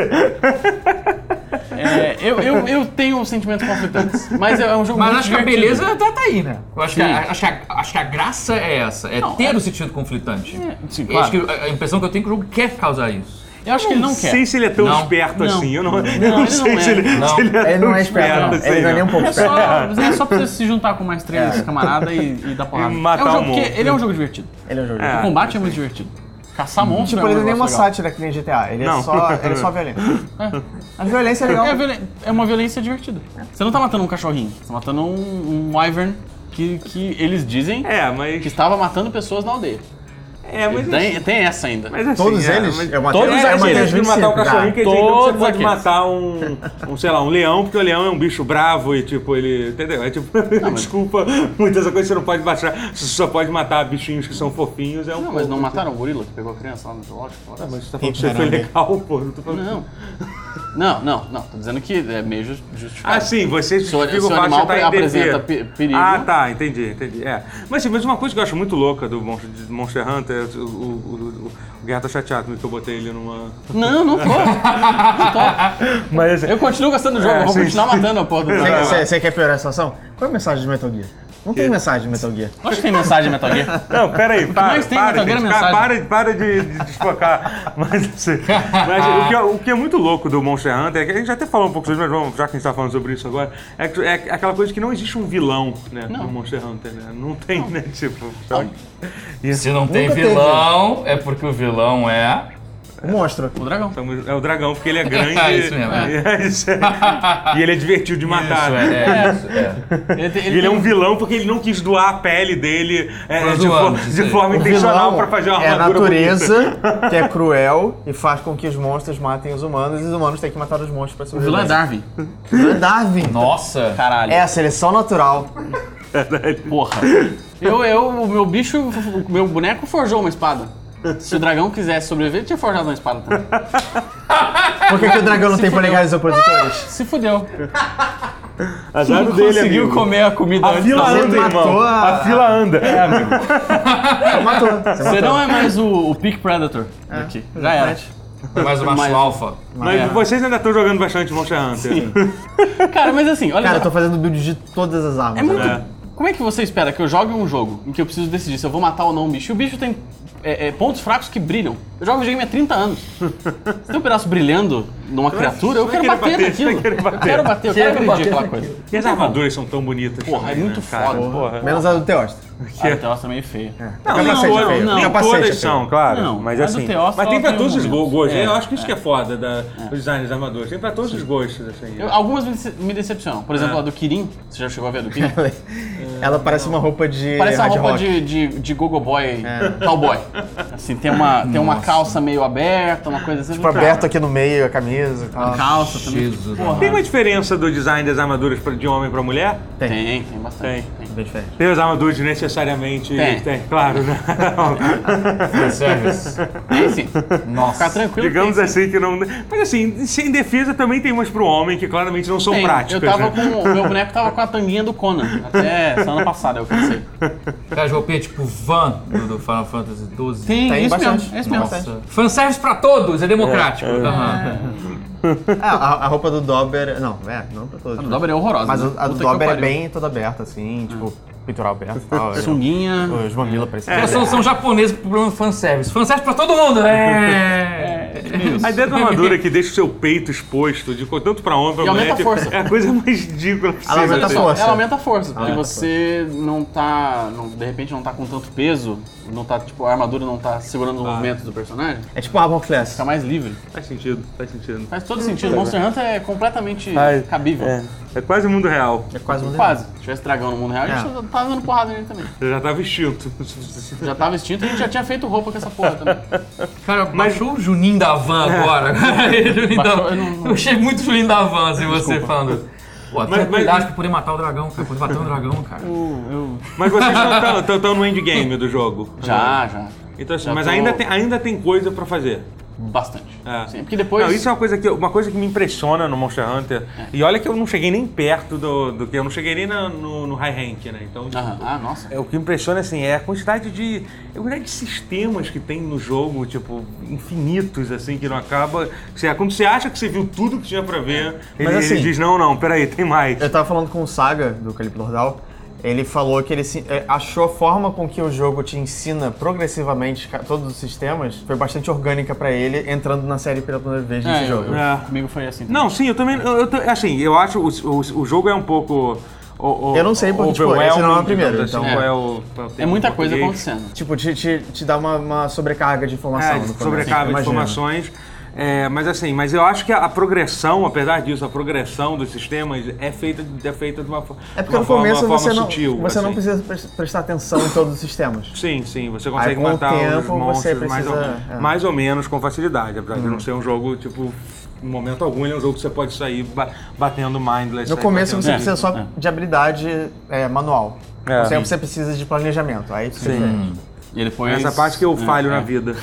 D: É, eu, eu, eu tenho sentimentos conflitantes, mas é um jogo
C: Mas
D: muito
C: acho que a
D: divertido.
C: beleza tá, tá aí, né? Eu acho que, a,
D: Sim.
C: acho, que a, acho que a graça é essa, é
D: Não,
C: ter
D: é-
C: o sentido conflitante.
D: Sim,
C: Eu acho
D: claro.
C: que a a impressão que eu tenho é que o jogo quer causar isso.
D: Eu acho que ele não
A: Não
D: quer.
A: sei se ele é tão
C: Não.
A: esperto
D: Não.
A: assim. Eu não, eu
D: Não,
A: não
D: ele
A: sei
D: não
A: se,
D: é.
A: ele,
C: Não.
A: se ele é
B: Ele
A: tão
B: não é esperto, não.
A: assim,
B: Ele não é nem um pouco
D: É só,
B: esperto.
D: é só pra você se juntar com mais três
B: É.
D: camaradas e, e dar porrada.
A: E matar
D: é um
A: um
D: jogo que-
A: monstro.
D: ele é um jogo divertido.
B: Ele é um jogo.
A: É.
D: o combate é muito divertido. Caçar
A: Uhum.
D: monstros
B: Tipo, ele
D: é um
B: não é nenhuma
D: negócio legal.
B: sátira que nem GTA, ele
A: Não.
B: é só, ele é só violento. A violência é legal.
D: É, violen- é uma violência divertida. Você não tá matando um cachorrinho, você tá matando um, um wyvern que, que eles dizem
A: É,
D: que
A: mas.
D: estava matando pessoas na aldeia.
A: É, mas.
D: Tem, tem essa ainda.
A: mas assim,
B: Todos
A: é,
B: eles?
A: mas-
B: Eu matei-
D: todos
B: eu
D: eles
B: matei
A: Eles
B: os
A: de matar o
B: 25,
A: cachorrinho
B: tá?
A: que eles dizem que você
D: Todos
A: pode
D: aqueles.
A: matar um, um, sei lá, um leão, porque o leão é um bicho bravo e tipo, ele. Entendeu? É tipo, desculpa, muitas coisas você não pode baixar. Você só pode matar bichinhos que são fofinhos. É um
D: Não, mas não mataram o gorila que pegou a criança lá no zoológico? Olha
A: Mas
D: só.
A: você tá falando que
B: Tem
A: você foi
B: caramba.
A: legal, pô. Não tô falando.
D: Não. Não, não, não. Tô dizendo que é meio jus- justificado.
A: Ah, sim, você
D: Se o-
A: justifica o
D: se o
A: fato de
D: animal
A: você tá em
D: apresenta
A: dever.
D: pe- perigo.
A: Ah, tá, entendi, entendi. É. Mas sim, mas uma coisa que eu acho muito louca do Monster, de Monster Hunter, o, o, o, o Guerra tá chateado comigo que eu botei ele numa.
D: Não, não tô. Não tô.
A: Mas
D: Eu continuo gastando o jogo,
A: É,
D: eu vou
A: sim.
D: continuar matando a porra do
B: Você-
D: jogo.
B: Você você quer piorar a situação? Qual é a mensagem de Metal Gear? Não tem mensagem de Metal Gear.
D: Acho que tem mensagem em Metal Gear.
A: Não, peraí, para,
D: mais tem
A: para,
D: Instagram é
A: gente,
D: mensagem.
A: para, para de, de desfocar. Mas, assim, mas o, que, é- o que é muito louco do Monster Hunter, é que a gente já até falou um pouco sobre isso, mas vamos, já que a gente tá falando sobre isso agora, é, que- é aquela coisa que não existe um vilão, né, no Monster Hunter, né? Não tem, né, tipo... sabe?
C: Se não tem
B: teve.
C: vilão, é porque o vilão é.
B: Um monstro.
D: O dragão.
A: Estamos- É o dragão, porque ele é grande.
C: É isso mesmo,
A: E, é isso aí. E ele é divertido de matar.
C: Isso,
A: né?
C: é, é, isso, é.
D: Ele, tem-
A: E ele é um
D: tem-
A: vilão porque ele não quis doar a pele dele é,
C: Nós
A: de,
C: doamos,
A: fo-
C: isso
A: de
C: aí.
A: forma
B: O
A: intencional
B: vilão
A: pra fazer uma
B: é a
A: armadura bonita.
B: natureza que é cruel e faz com que os monstros matem os humanos e os humanos têm que matar os monstros pra
D: O vilão é
B: sobreviver.
D: Darwin.
B: Vilã Darwin.
C: Nossa!
D: Caralho.
B: É a seleção natural.
D: Porra. Eu, eu, o meu bicho, o meu boneco forjou uma espada. Se o dragão quisesse sobreviver, ele tinha forjado uma espada também.
B: Por que, que o dragão não tem polegares opositores?
D: Se fudeu.
A: Azar
D: Não
A: dele,
D: conseguiu
A: amigo.
D: comer a comida
A: A
D: antes
A: fila
D: da
B: Você
A: anda,
B: matou
A: irmão.
B: a-
A: A fila anda.
D: Ah!
B: Você matou. Você
D: Você
B: matou.
D: não é mais o, o Peak Predator
B: É,
D: daqui. Já era.
C: Mais uma
D: Mas-
C: macho alfa.
A: Mas
D: É.
A: vocês ainda estão jogando bastante Monster Hunter.
D: Sim. Cara, mas assim, olha
B: Cara, eu tô
D: só.
B: fazendo build de todas as armas.
D: É muito.
A: É.
D: Como é que você espera que eu jogue um jogo em que eu preciso decidir se eu vou matar ou não um bicho? E o bicho tem é, é, pontos fracos que brilham. Eu jogo videogame há 30 anos. Se tem um pedaço brilhando, numa criatura, eu
A: vai
D: quero
A: querer
D: bater
A: bater,
D: naquilo.
A: vai querer
D: Eu
A: bater.
D: quero bater, eu
E: Quero
D: quero agredir
E: bater
D: aquela
E: naquilo.
D: coisa.
A: E as armaduras são tão bonitas.
D: Porra, é
A: também,
D: muito
A: né, cara?
D: foda.
A: Porra.
B: Menos a do Teóstro.
D: Ah, o Teóstro é meio feio.
A: Não,
B: Capacete
A: não,
B: é
A: não,
B: feio.
A: não,
B: Capacete é
A: todas
B: feio.
A: são, claro.
D: Não,
A: mas
D: mas o
A: assim.
D: Teófilo
A: mas tem
D: ela
A: pra
D: tem
A: todos
D: um
A: os go-
D: momento.
A: gostos.
D: É,
A: Eu acho que isso que é foda da, dos designs das armaduras. Tem pra todos os gostos, assim.
D: Eu- algumas me dece- me decepcionam. Por exemplo,
A: É.
D: a do Kirin. Você já chegou a ver a do
B: É,
D: Kirin?
B: Ela parece uma roupa de
D: Parece uma
B: hard
D: roupa
B: rock.
D: de, de, de gogo boy,
B: É.
D: cowboy. Assim, tem uma, tem uma calça meio aberta, uma coisa assim.
B: Tipo, aberto aqui no meio, a camisa e tal.
D: Uma calça também.
C: Jesus.
A: Tem uma diferença do design das armaduras pra- de homem pra mulher?
D: Tem, tem bastante. Tem.
B: Bem diferente.
A: Tem as armaduras necessariamente.
D: Tem.
A: claro, né?
C: Service.
D: Tem sim.
C: Nossa.
D: Ficar tranquilo.
A: Digamos
D: tem, sim.
A: assim que não. Mas assim, sem defesa também tem umas pro homem que claramente não são
D: Tem.
A: práticas.
D: Eu
A: né?
D: tava com. O meu boneco tava com a tanguinha do Conan. Até semana passada eu cansei.
C: Aquelas roupinhas tipo van do, do Final Fantasy XII.
D: Tem,
B: Tem
D: isso
B: bastante.
D: mesmo. É isso mesmo.
C: Nossa. Fanservice pra todos, é democrático. Aham.
B: Ah, a, a roupa do Dober. Não, é, não pra todos.
D: A do Dober é horrorosa.
B: Mas
D: né?
B: a- a do
D: Puta que
B: Dober
D: eu
B: é
D: pariu.
B: bem toda aberta,
A: Hum.
B: assim, tipo, pintural aberto e tal. é tipo,
D: Sunguinha.
B: Os mamilos parecem.
C: É a solução japonesa pro problema do fanservice. Fanservice pra todo mundo! É!
A: A ideia da armadura que deixa o seu peito exposto, de, co- tanto pra homem
D: E
A: quanto pra
D: aumenta
A: mulher,
D: a
A: tipo,
D: força.
A: é a coisa mais ridícula
B: Ela
A: possível.
B: aumenta a
A: assim.
B: força.
D: Ela É, aumenta a força, porque
B: Aumenta a
D: você não tá. não- de repente não tá com tanto peso, não tá, tipo, a armadura não tá segurando
A: Ah.
D: os movimentos do personagem,
B: É tipo Armor Class.
D: fica mais livre.
A: Faz sentido, faz sentido.
D: Faz todo sentido.
A: tá
D: Monster Hunter é completamente
A: Ai,
D: cabível.
A: É, é quase o mundo real.
B: É quase um
D: Quase. Se tivesse dragão no mundo real, a gente
B: É.
D: já tava dando porrada nele também.
A: Eu já tava extinto.
D: Já tava extinto e a gente já tinha feito roupa com essa porra também.
C: Cara, baixou o Juninho da Van agora. Juninho da-
D: Baixou, eu não-
C: Eu achei muito Juninho da Van, assim, você falando. Pô, até
A: Mas- mas-
C: cuidado pra poder matar o dragão, cara. Poder matar o dragão, cara.
A: Mas vocês já estão no endgame do jogo.
D: Já, já.
A: Então, assim,
D: Já
A: mas
D: tô-
A: ainda, tem, ainda tem coisa pra fazer.
D: Bastante.
A: É.
D: Sim, porque depois. É.
A: Não, isso é uma coisa, que, eu- uma coisa que me impressiona no Monster Hunter. E olha que eu não cheguei nem perto do, do que. Eu não cheguei nem na- no, no high rank, né? Então,
D: Aham. Ah, nossa.
A: É, o que me impressiona assim, é a quantidade de. A quantidade de sistemas que tem no jogo, tipo, infinitos, assim, que não acaba. Você- Quando você acha que você viu tudo que tinha pra ver, ele,
B: Mas, assim,
A: ele diz, não, não, peraí, tem mais.
B: Eu tava falando com o Saga, do Calipso Lordal. Ele falou que ele se- é, achou a forma com que o jogo te ensina progressivamente ca- todos os sistemas foi bastante orgânica pra ele, entrando na série pela primeira vez nesse
D: É, eu-
B: jogo.
D: eu-
A: É.
D: Comigo foi assim. também.
A: Não, sim, eu também. Eu, eu tô- assim, eu acho o, o, o jogo é um pouco. o- o-
B: Eu não sei, porque, tipo,
A: overwhelming,
B: esse não é o primeiro,
A: digamos assim,
B: então-
A: qual é o- qual o
D: É
A: termo
D: muita
A: em
D: coisa
A: português.
D: acontecendo.
B: Tipo, te, te, te dá uma, uma sobrecarga de informação.
A: É,
B: no começo,
A: sobrecarga de
B: imagino.
A: informações. É, mas assim, mas eu acho que a, a progressão, apesar disso, a progressão dos sistemas é feita, é feita de uma, fo- de
B: É porque
A: uma
B: no
A: forma,
B: começo
A: uma
B: você,
A: forma
B: não,
A: sutil.
B: você não
A: assim.
B: precisa pres- prestar atenção em todos os sistemas.
A: Sim, sim, você
B: Aí,
A: consegue
B: com o
A: matar os
B: tempo,
A: monstros
B: você
A: mais, ou,
B: precisa- é. Hum.
A: mais ou menos com facilidade, apesar de não ser um jogo, tipo, em momento algum, ele é um jogo que você pode sair ba- batendo mindless.
B: No
A: sair
B: começo você
A: batendo-
B: precisa só
D: é.
B: de habilidade é, manual.
A: um. É.
B: Você, você precisa de planejamento. Aí você
D: E depois.
A: Essa parte que eu
D: É,
A: falho
D: é.
A: na vida.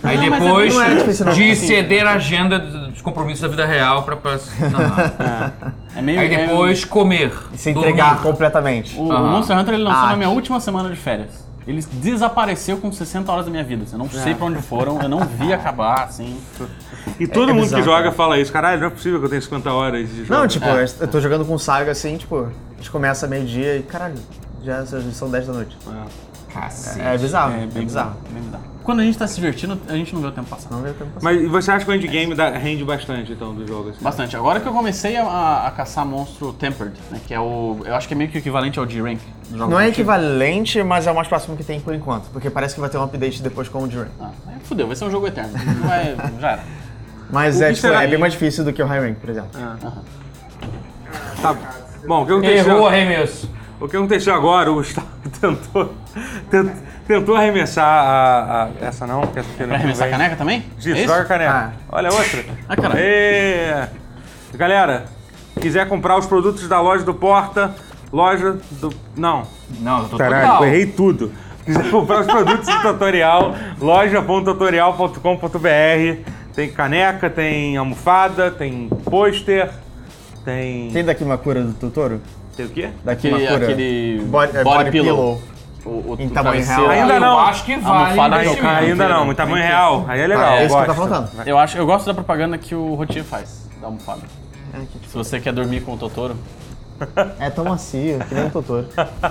C: Aí
D: Não, mas
C: depois
B: não é difícil, não.
C: de
B: Assim,
C: ceder a agenda do- dos compromissos da vida real pra. pra- Aham.
D: É meio,
C: Aí
D: é-
C: depois comer.
B: se entregar
C: dormir.
B: completamente.
D: O o Monster Hunter ele lançou
B: Ah.
D: na minha última semana de férias. Ele desapareceu com 60 horas da minha vida. assim, Eu não sei pra onde foram, eu não vi acabar, assim.
A: E todo
B: é
A: mundo
B: bizarro,
A: que joga fala isso, caralho, não é possível que eu tenha 50 horas de jogo.
B: Não, tipo,
D: É.
B: eu tô jogando com saga assim, tipo, a gente começa meio-dia e caralho, já são 10 da noite.
C: Cacete.
B: É bizarro, é,
D: bem
B: bizarro.
D: bem bizarro. Quando a gente tá se divertindo, a gente não vê o tempo passar.
B: Não veio tempo
A: Mas e você acha que o endgame dá- rende bastante, então, do jogo? Assim?
D: Bastante. Agora que eu comecei a- a, a caçar monstro Tempered, né, que é o. Eu acho que é meio que o equivalente ao G-Rank. do jogo
B: Não é
D: antigo.
B: equivalente, mas é o mais próximo que tem por enquanto, porque parece que vai ter um update depois com o Duran.
D: Ah, aí fudeu, vai ser um jogo eterno. Não Vai, já era.
B: Mas
A: O
B: é,
A: que
B: tipo,
A: será
B: é
A: aí?
B: bem mais difícil do que o High Rank, por exemplo.
A: Tá. Bom, o que
C: Errou,
A: aconteceu,
C: arremesso.
A: o que aconteceu agora, o Gustavo tentou, tent- tentou arremessar a, a- Essa não, que essa aqui não
D: Vai arremessar a
A: vem.
D: caneca também?
A: Diz,
D: É isso?
A: joga a caneca.
B: Ah.
A: Olha a outra.
D: Ah, caralho.
A: Ê! Galera, quiser comprar os produtos da loja do Porta, loja do. Não.
C: Não, eu tô
D: Tá.
A: Caralho,
C: total.
A: eu errei tudo. Quiser comprar os produtos do tutorial, loja.tutorial.com.br. Tem caneca, tem almofada, tem pôster, tem.
B: Tem daqui uma cura do Tutoro?
A: Tem o quê?
B: Daqui uma
D: Aquele,
B: cura.
D: aquele
B: Body, é, body pillow.
D: O, o,
B: Em
D: o
B: tamanho
D: travesseiro.
B: real.
A: Ainda
C: eu
A: não.
C: acho que vale.
D: Almofada
A: Aí,
D: Tem
C: investimento.
D: caiu.
A: ainda não, mas tamanho real. Aí é legal.
B: é isso que
A: gosto.
B: tá faltando.
D: Eu, acho, eu gosto da propaganda que o Rotier faz, da almofada. Se você quer dormir com o Totoro.
B: É tão macio, que nem o Totoro.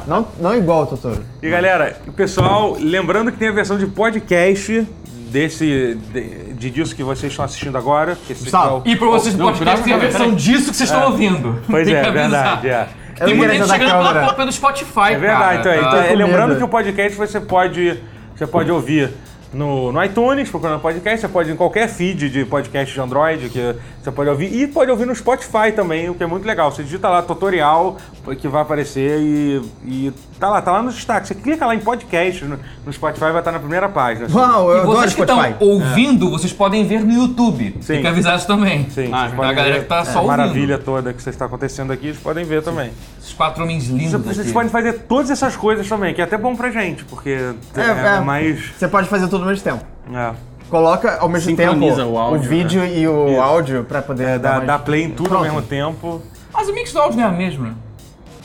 B: Não, não igual o Totoro.
A: E galera, o pessoal, lembrando que tem a versão de podcast desse, de- de disso que vocês estão assistindo agora. que esse é
B: Salve.
A: o-
C: E pra vocês do
D: Não,
C: podcast tem a
D: peraí,
C: versão disso que vocês estão ouvindo.
A: Pois
C: Tem
A: é,
C: que avisar.
A: verdade. É.
B: Eu
C: Tem muita
B: queria
C: gente
B: ajudar a
C: chegando pela,
B: câmera.
C: Copa do Spotify,
A: É verdade, então,
C: cara.
A: é.
C: tá?
A: Então, é,
B: com
A: lembrando
B: medo.
A: que o podcast você pode, você pode ouvir no, no iTunes, procurando podcast, você pode ir em qualquer feed de podcast de Android que você pode ouvir, e pode ouvir no Spotify também, o que é muito legal. Você digita lá tutorial que vai aparecer e, e tá lá, tá lá no destaque. Você clica lá em podcast no, no Spotify, vai estar na primeira página. assim.
B: Uau, eu
C: E
B: adoro
C: vocês que
B: Spotify.
C: estão ouvindo, vocês podem ver no YouTube.
A: Sim.
C: Tem que avisar isso também.
A: Sim,
D: Ah,
A: vocês
D: a
A: podem
C: galera
A: ver
C: que tá
A: a
C: só ouvindo.
A: maravilha toda que está acontecendo aqui, eles podem ver também.
C: Esses quatro homens lindos
A: Vocês
C: aqui.
A: podem fazer todas essas coisas também, que é até bom pra gente, porque é,
B: É, é.
A: mais.
B: Você pode fazer tudo ao mesmo tempo.
A: é.
B: Coloca ao mesmo tempo
D: Sincroniza o áudio, né?
B: vídeo e o áudio pra poder
A: É,
B: dar
A: dá,
B: mais-
A: dá play em tudo ao
B: Pronto.
A: mesmo tempo.
C: Mas o mix do áudio não é a mesma.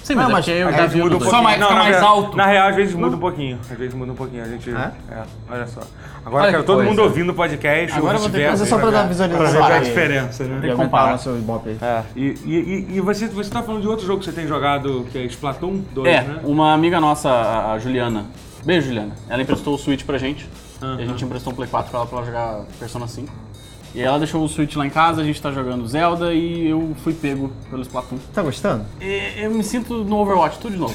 D: Sim, mas,
B: Ah,
D: é
B: mas
D: porque eu
B: aí
D: já vi
A: muda um
D: outros.
C: Só mais- fica
A: na
C: mais
A: real-
C: alto.
A: Na real, às vezes muda um pouquinho. Às vezes muda um pouquinho. A gente.
B: É?
A: é, olha só. Agora
C: Olha
A: quero
C: que
A: todo
C: coisa.
A: mundo ouvindo o podcast.
D: Agora eu vou ter
A: vice-versa,
D: que
B: Mas é só pra dar
A: pra ver
B: visualização.
A: qual é a
B: Aí.
A: diferença,
B: E
A: né?
D: Eu-
B: aumentar
D: comparar.
B: o seu Ibope aí.
A: É, E, e, e- e você, você tá falando de outro jogo que você tem jogado, que é Splatoon 2,
D: É,
A: né?
D: uma amiga nossa, a a Juliana. Beijo, Juliana. Ela emprestou o Switch pra gente.
A: Aham.
D: E a gente emprestou um Play 4 pra ela pra ela jogar Persona 5. E aí ela deixou o Switch lá em casa, a gente tá jogando Zelda e eu fui pego pelo Splatoon.
B: Tá gostando?
D: E eu me sinto no Overwatch, tudo de novo.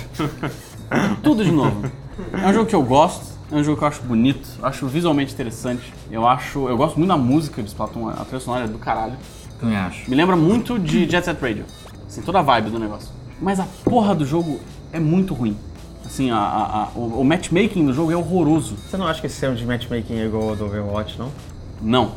D: tudo de novo. É um jogo que eu gosto, é um jogo que eu acho bonito, eu acho visualmente interessante. Eu acho. Eu gosto muito da música do Splatoon, a trilha sonora é do caralho.
C: Também acho.
D: Me lembra muito de Jet Set Radio. Assim, toda a vibe do negócio. Mas a porra do jogo é muito ruim. Assim, a, a- a- o, o matchmaking do jogo é horroroso.
B: Você não acha que esse sistema de matchmaking é igual ao do Overwatch, não?
D: Não.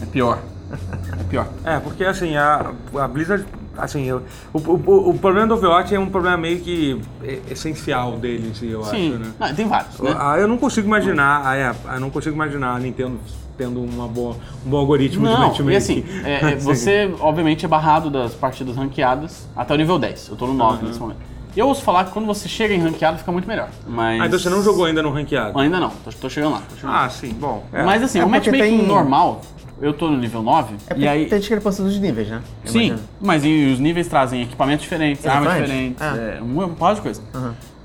D: É pior. É pior.
A: É, porque assim, a, a Blizzard. Assim, eu- o, o, o problema do Overwatch é um problema meio que e- essencial deles, eu
D: Sim.
A: acho, né?
D: Não, tem vários, né?
A: Ah, eu não consigo imaginar, ah, é, eu não consigo imaginar a Nintendo tendo uma boa, um bom algoritmo de
D: Não,
A: matchmaking.
D: e assim, é, é,
A: Assim.
D: você obviamente é barrado das partidas ranqueadas até o nível 10. Eu tô no 9 nesse momento. E eu ouço falar que quando você chega em ranqueado fica muito melhor. Mas.
A: Ah, então você não jogou ainda no ranqueado?
D: Ainda não, tô, tô chegando lá. Tô chegando lá.
A: Ah, sim, bom. é.
D: Mas assim,
B: É
D: o
B: porque
D: matchmaking
B: tem-
D: normal, eu tô no nível 9,
B: É porque
D: e aí
B: tem discrepância dos níveis, né? Eu
D: Sim,
B: imagino.
D: mas e os níveis trazem equipamentos diferentes, armas
B: Equipamento?
D: diferentes,
B: Ah.
D: é, um um par de coisa.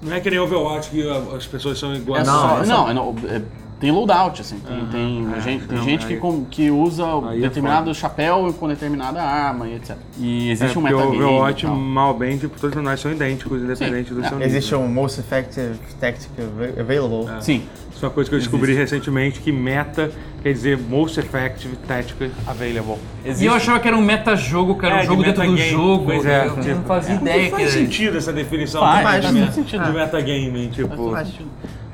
A: Não é que nem Overwatch que a- as pessoas são
D: É
A: iguais.
D: só-
B: é só-
D: não, é no- é- tem loadout, assim, tem, tem
A: é,
D: gente, tem
A: não,
D: gente
A: aí-
D: que, com- que usa
A: aí é
D: determinado chapéu com determinada arma e etc. E
A: É,
D: existe um
A: porque o
D: metagame e
A: Overwatch,
D: tal.
A: mal bem, tipo, todos os personagens são idênticos, independente do
D: é.
A: seu nível.
B: Existe um Most Effective Tactic av- Available.
D: Sim,
A: Isso é uma coisa que eu descobri recentemente, que meta quer dizer Most Effective Tactical Available.
D: existe.
C: E eu achava que era um metajogo, que era
A: É,
C: um
A: de
C: jogo dentro do
A: metagame,
C: jogo.
A: pois é,
C: eu não
A: tipo,
C: fazia
A: Não
C: ideia que
A: faz
C: era isso.
A: sentido essa definição
D: Faz,
A: de
B: faz
A: meta-
B: todo sentido.
A: de metagaming, tipo...
B: Mas-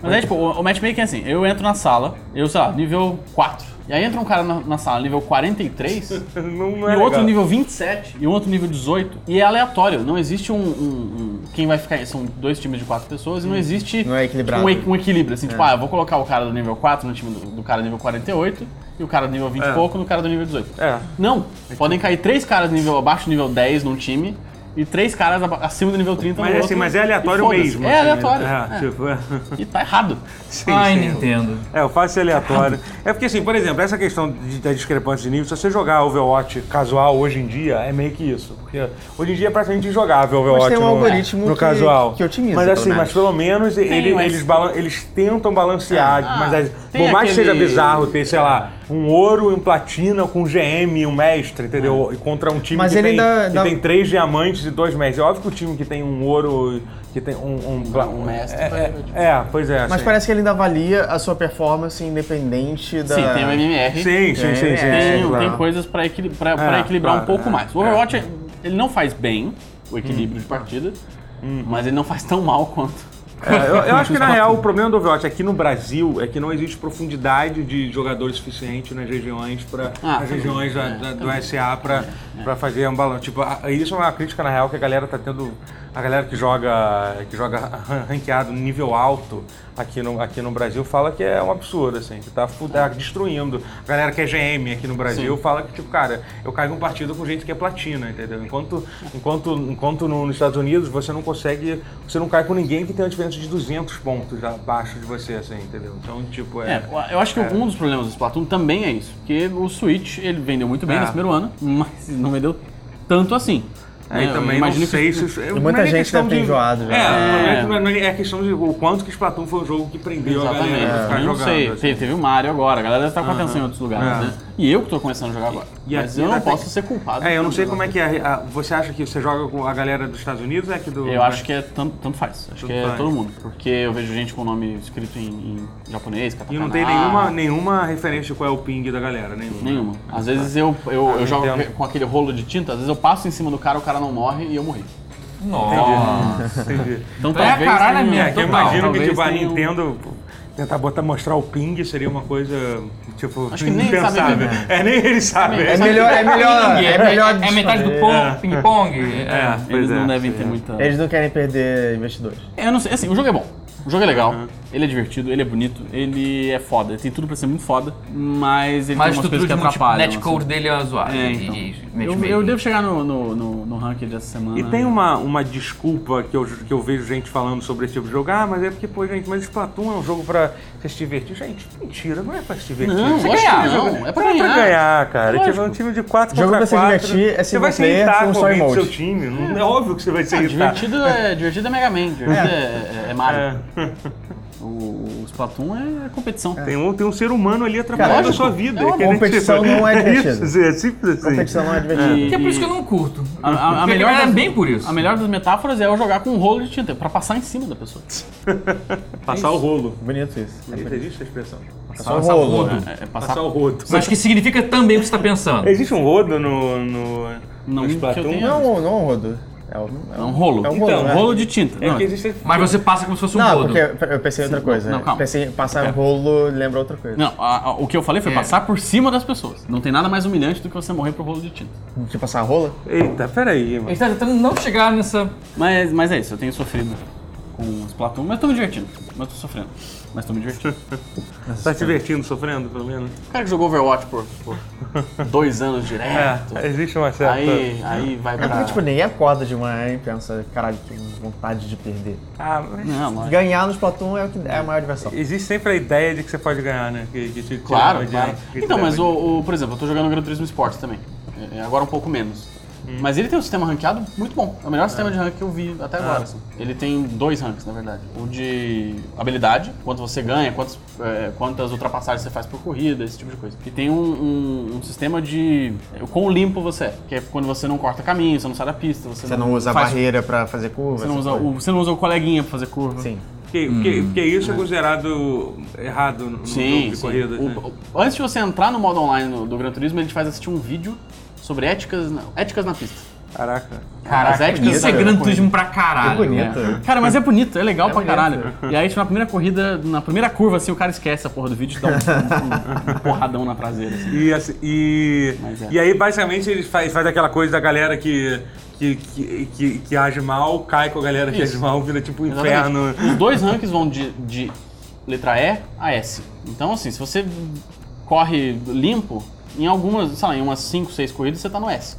D: Mas é tipo, o, o matchmaking é assim, eu entro na sala, eu sei lá, nível 4. E aí entra um cara na, na sala, nível 43,
A: Não, não é
D: e
A: legal.
D: outro nível 27 e outro nível 18. E é aleatório, não existe um, um- um- Quem vai ficar. São dois times de quatro pessoas e
A: Hum.
D: não existe.
B: Não é equilibrado.
D: Um, equi- um equilíbrio,
A: É.
D: assim, tipo, ah, eu vou colocar o cara do nível 4 no time do, do cara do nível 48 e o cara do nível 20
A: É.
D: e pouco no cara do nível 18.
A: É.
D: Não, podem cair três caras do nível, abaixo do nível 10 num time. E três caras aba- acima do nível 30
A: Mas,
D: no
A: assim,
D: outro,
A: mas é
D: e
A: aleatório
D: foda-se.
A: mesmo.
D: É
A: assim,
D: aleatório.
A: É,
D: é.
A: tipo, é.
D: E tá errado.
A: Sim,
C: Ai,
A: sim.
C: Nintendo.
A: É, o fácil é aleatório. É porque, assim, por exemplo, essa questão de- da discrepância de nível, se você jogar Overwatch casual hoje em dia, é meio que isso. Porque hoje em dia é praticamente injogável Overwatch
B: tem um
A: no,
B: algoritmo
A: no
B: que-
A: casual.
B: que otimiza,
A: Mas,
B: pelo
A: assim, mas
B: menos.
A: pelo menos ele-
D: mas-
A: eles, balan- eles tentam balancear.
D: Ah,
A: mas,
D: tem
A: por mais que
D: aquele-
A: seja bizarro ter, sei lá, um ouro e um platina com um GM e um mestre, entendeu?
D: Ah.
A: E contra um time
B: Mas
A: que,
B: ele
A: tem,
B: ainda-
A: que
B: dá-
A: tem três diamantes e dois mestres. É óbvio que o time que tem um ouro, que tem um... Um, pla-
D: Um mestre,
A: É,
D: vai-
A: é, é, pois é.
B: Mas
A: assim.
B: parece que ele ainda avalia a sua performance independente da.
D: Sim, tem um o MMR.
A: Tá. Sim, sim, sim, sim.
D: É, tem,
A: sim,
D: tem
A: claro.
D: coisas pra, equili- pra- pra
A: É,
D: equilibrar
A: claro,
D: um pouco
A: é, Hum.
D: mais. O Overwatch, ele não faz bem o equilíbrio de partida, mas ele não faz tão mal quanto.
A: É, eu, eu acho que na real o problema do Overwatch aqui no Brasil é que não existe profundidade de jogadores suficiente nas regiões para
D: Ah,
A: as
D: também.
A: regiões né? da-
D: É,
A: da- do SA para para fazer um balanço. Tipo, a- isso é uma crítica na real que a galera tá tendo a galera que joga que joga ran- ranqueado no nível alto aqui no aqui no Brasil fala que é um absurdo assim, que tá, fu- tá destruindo. A galera que é GM aqui no Brasil fala que tipo, cara, eu caio um partido com gente que é platina, entendeu? Enquanto enquanto enquanto no- nos Estados Unidos você não consegue, você não cai com ninguém que tem uma diferença de 200 pontos abaixo de você assim, entendeu? Então, tipo, é,
D: É, eu acho que um dos problemas do Splatoon também é isso, porque o Switch ele vendeu muito bem
A: É.
D: nesse primeiro ano, mas não vendeu tanto assim.
A: Aí
D: É, eu
A: também não
D: imagino que-
A: sei se... isso- não é
B: muita
A: nem
B: gente
A: questão
B: deve ter enjoado já.
A: É, não é
D: É.
A: que- não é, não é questão de o quanto que Splatoon foi um jogo que prendeu a
D: Exatamente.
B: É,
A: galera pra ficar
D: eu não
A: jogando.
D: sei.
A: assim.
D: Te- Teve o Mario agora, a galera deve estar com atenção em outros lugares,
A: É.
D: né? E eu que tô começando a jogar agora.
A: E
D: Mas
A: aqui
D: eu não
A: ainda tem-
D: posso ser culpado.
A: É, eu não
D: por
A: sei como é que é. a- Você acha que você joga com a galera dos Estados Unidos ou é que do...
D: Eu acho que é tanto, tanto faz. Acho
A: Tanto
D: que é
A: faz.
D: todo mundo. Porque eu vejo gente com o nome escrito em, em japonês,
A: E
D: katakana.
A: não tem nenhuma, nenhuma referência de qual é o ping da galera, nenhuma.
D: Ah. Nenhuma. Às vezes eu, eu, eu jogo
A: ah, entendo.
D: com aquele rolo de tinta, às vezes eu passo em cima do cara, o cara não morre e eu morri.
C: Nossa.
A: Entendi.
D: Então
C: É, caralho,
D: tenha-
A: É, que eu
C: Total,
A: imagino que
D: talvez
A: tipo, a
D: tenha um-
A: Nintendo tentar botar, mostrar o ping seria uma coisa, tipo,
D: Acho que nem eles sabem
A: impensável.
D: mesmo.
A: É, nem eles sabem.
B: É melhor, é melhor,
C: Ping,
B: é melhor
C: é metade do
B: desfazer.
C: pong, ping-pong. É.
A: É,
D: Eles
A: pois
D: não
A: é.
D: devem ter muita.
B: Eles não querem perder investidores.
D: É, Eu não sei, assim, o jogo é bom. O jogo é legal,
A: Uhum.
D: ele é divertido, ele é bonito, ele é foda, ele tem tudo pra ser muito foda, mas ele
C: Mas a
D: tem umas coisas
C: estrutura
D: que
C: de multi-
D: atrapalham.
C: netcode dele é zoada.
D: assim. É,
C: E-
D: então.
C: e- e- mete
D: Eu,
C: medo.
D: eu devo chegar no, no, no, no ranking dessa semana.
A: E tem uma, uma desculpa que eu, que eu vejo gente falando sobre esse tipo de jogo. Ah, mas é porque, pô, gente, mas Splatoon é um jogo pra você se divertir. Gente, mentira, não é pra se divertir.
D: Não,
A: Você
D: lógico que
A: quer
D: não,
A: jogar-
D: é pra
A: não
D: ganhar.
A: cara.
D: Lógico.
A: Tipo, é um time de 4
B: Jogo
A: contra
B: pra se
A: 4.
B: divertir é
A: Você vai se
B: single player
A: irritar
B: com
A: com
B: só
A: alguém do seu
B: emote.
A: time. Não, é óbvio que você vai se
D: Ah,
B: Tá.
A: irritar.
D: divertido, é, divertido é Mega Man, divertido é, é- é Mario.
A: É.
D: O, o Splatoon é competição.
A: Tem um, tem um ser humano ali atrapalhando a
B: Lógico.
A: sua vida.
D: É uma
A: que a gente-
B: competição não é divertida.
A: Isso, é simples assim.
B: Competição não é divertida.
C: Que é por isso que eu não curto.
D: A, a- a
C: Porque
D: melhor
C: é
D: das-
C: bem por isso.
D: A melhor das metáforas é eu jogar com um rolo de tinta, pra passar em cima da pessoa.
B: é
A: Passar o rolo.
B: Bonito isso.
A: Existe essa expressão?
B: Só
A: um
B: rolo.
D: É, é passar,
A: Passar o rodo.
C: Mas que significa também o que você tá pensando.
A: Existe um rodo no, no,
D: Não,
A: no
D: que eu
A: Splatoon?
D: tenha-
B: Não, não um rodo. É um, é
D: É um rolo.
B: É um rolo,
A: Então,
B: né?
D: Rolo de tinta.
A: É
D: não,
A: que existe...
C: Mas você passa como se fosse um
B: Não,
C: rodo.
B: porque eu eu pensei em outra coisa.
D: não, calma. É.
B: Pensei em passar rolo lembra outra coisa.
D: Não, a- a- o que eu falei foi
C: É.
D: passar por cima das pessoas. Não tem nada mais humilhante do que você morrer pro rolo de tinta.
B: De Tipo, passar rola?
A: Eita, peraí, mano.
C: A gente tá tentando não chegar nessa.
D: Mas, mas é isso, eu tenho sofrido com Splatoon, mas tô me divertindo. Mas tô sofrendo. Mas tô me divertindo.
A: Tá se divertindo, sofrendo, pelo menos?
D: O cara que jogou Overwatch por, por dois anos direto.
A: É, existe uma certa...
D: É. Aí, aí vai
B: É
D: pra.
B: porque, tipo, ninguém acorda de manhã e pensa, caralho, que vontade de perder.
A: Ah, mas...
D: Não, lógico.
B: Ganhar nos Platão é, o que- é a maior diversão.
A: Existe sempre a ideia de que você pode ganhar, né? Que, que te
D: Claro,
A: tirava
D: claro.
A: de- que te
D: Então, mas
A: tirava
D: o, o- por exemplo, eu tô jogando Gran Turismo Sports também. É, é agora um pouco menos. Mas ele tem um sistema ranqueado muito bom. É o melhor sistema de rank que eu vi até agora. assim. Ele tem dois ranks, na verdade. O de habilidade, quanto você ganha, quantos, é, quantas ultrapassagens você faz por corrida, esse tipo de coisa. E tem um, um- um sistema de é, o quão limpo você é. Que é quando você não corta caminho, você não sai da pista, você,
B: Você não usa a
D: faz-
B: barreira pra fazer curva?
D: Você não
B: essas
D: usa,
B: coisas.
D: o, você não usa o coleguinha pra fazer curva.
B: Sim.
A: Porque, porque- porque isso é considerado errado no, no jogo
D: Hum. Sim,
A: de
D: sim.
A: corrida.
D: O-
A: né?
D: o- antes de você entrar no modo online no- do Gran Turismo, ele te faz assistir um vídeo sobre éticas na, éticas na pista.
A: Caraca. né?
D: As éticas
C: isso é
D: da-
C: Gran Turismo pra caralho.
B: Bonito.
D: É. Cara, mas é bonito, é legal pra
B: bonito.
D: caralho. E aí, tipo, na primeira corrida, na primeira curva, assim, o cara esquece a porra do vídeo e dá um, um- um porradão na traseira, assim.
A: E, assim, e,
D: Mas é.
A: e aí, basicamente, eles faz, faz aquela coisa da galera que, que, que, que, que age mal, cai com a galera que
D: Isso.
A: age mal, vira tipo um
D: Exatamente.
A: inferno.
D: Os dois ranks vão de, de letra E a S. Então, assim, se você corre limpo, em algumas, sei lá, em umas 5, 6 corridas, você tá no S.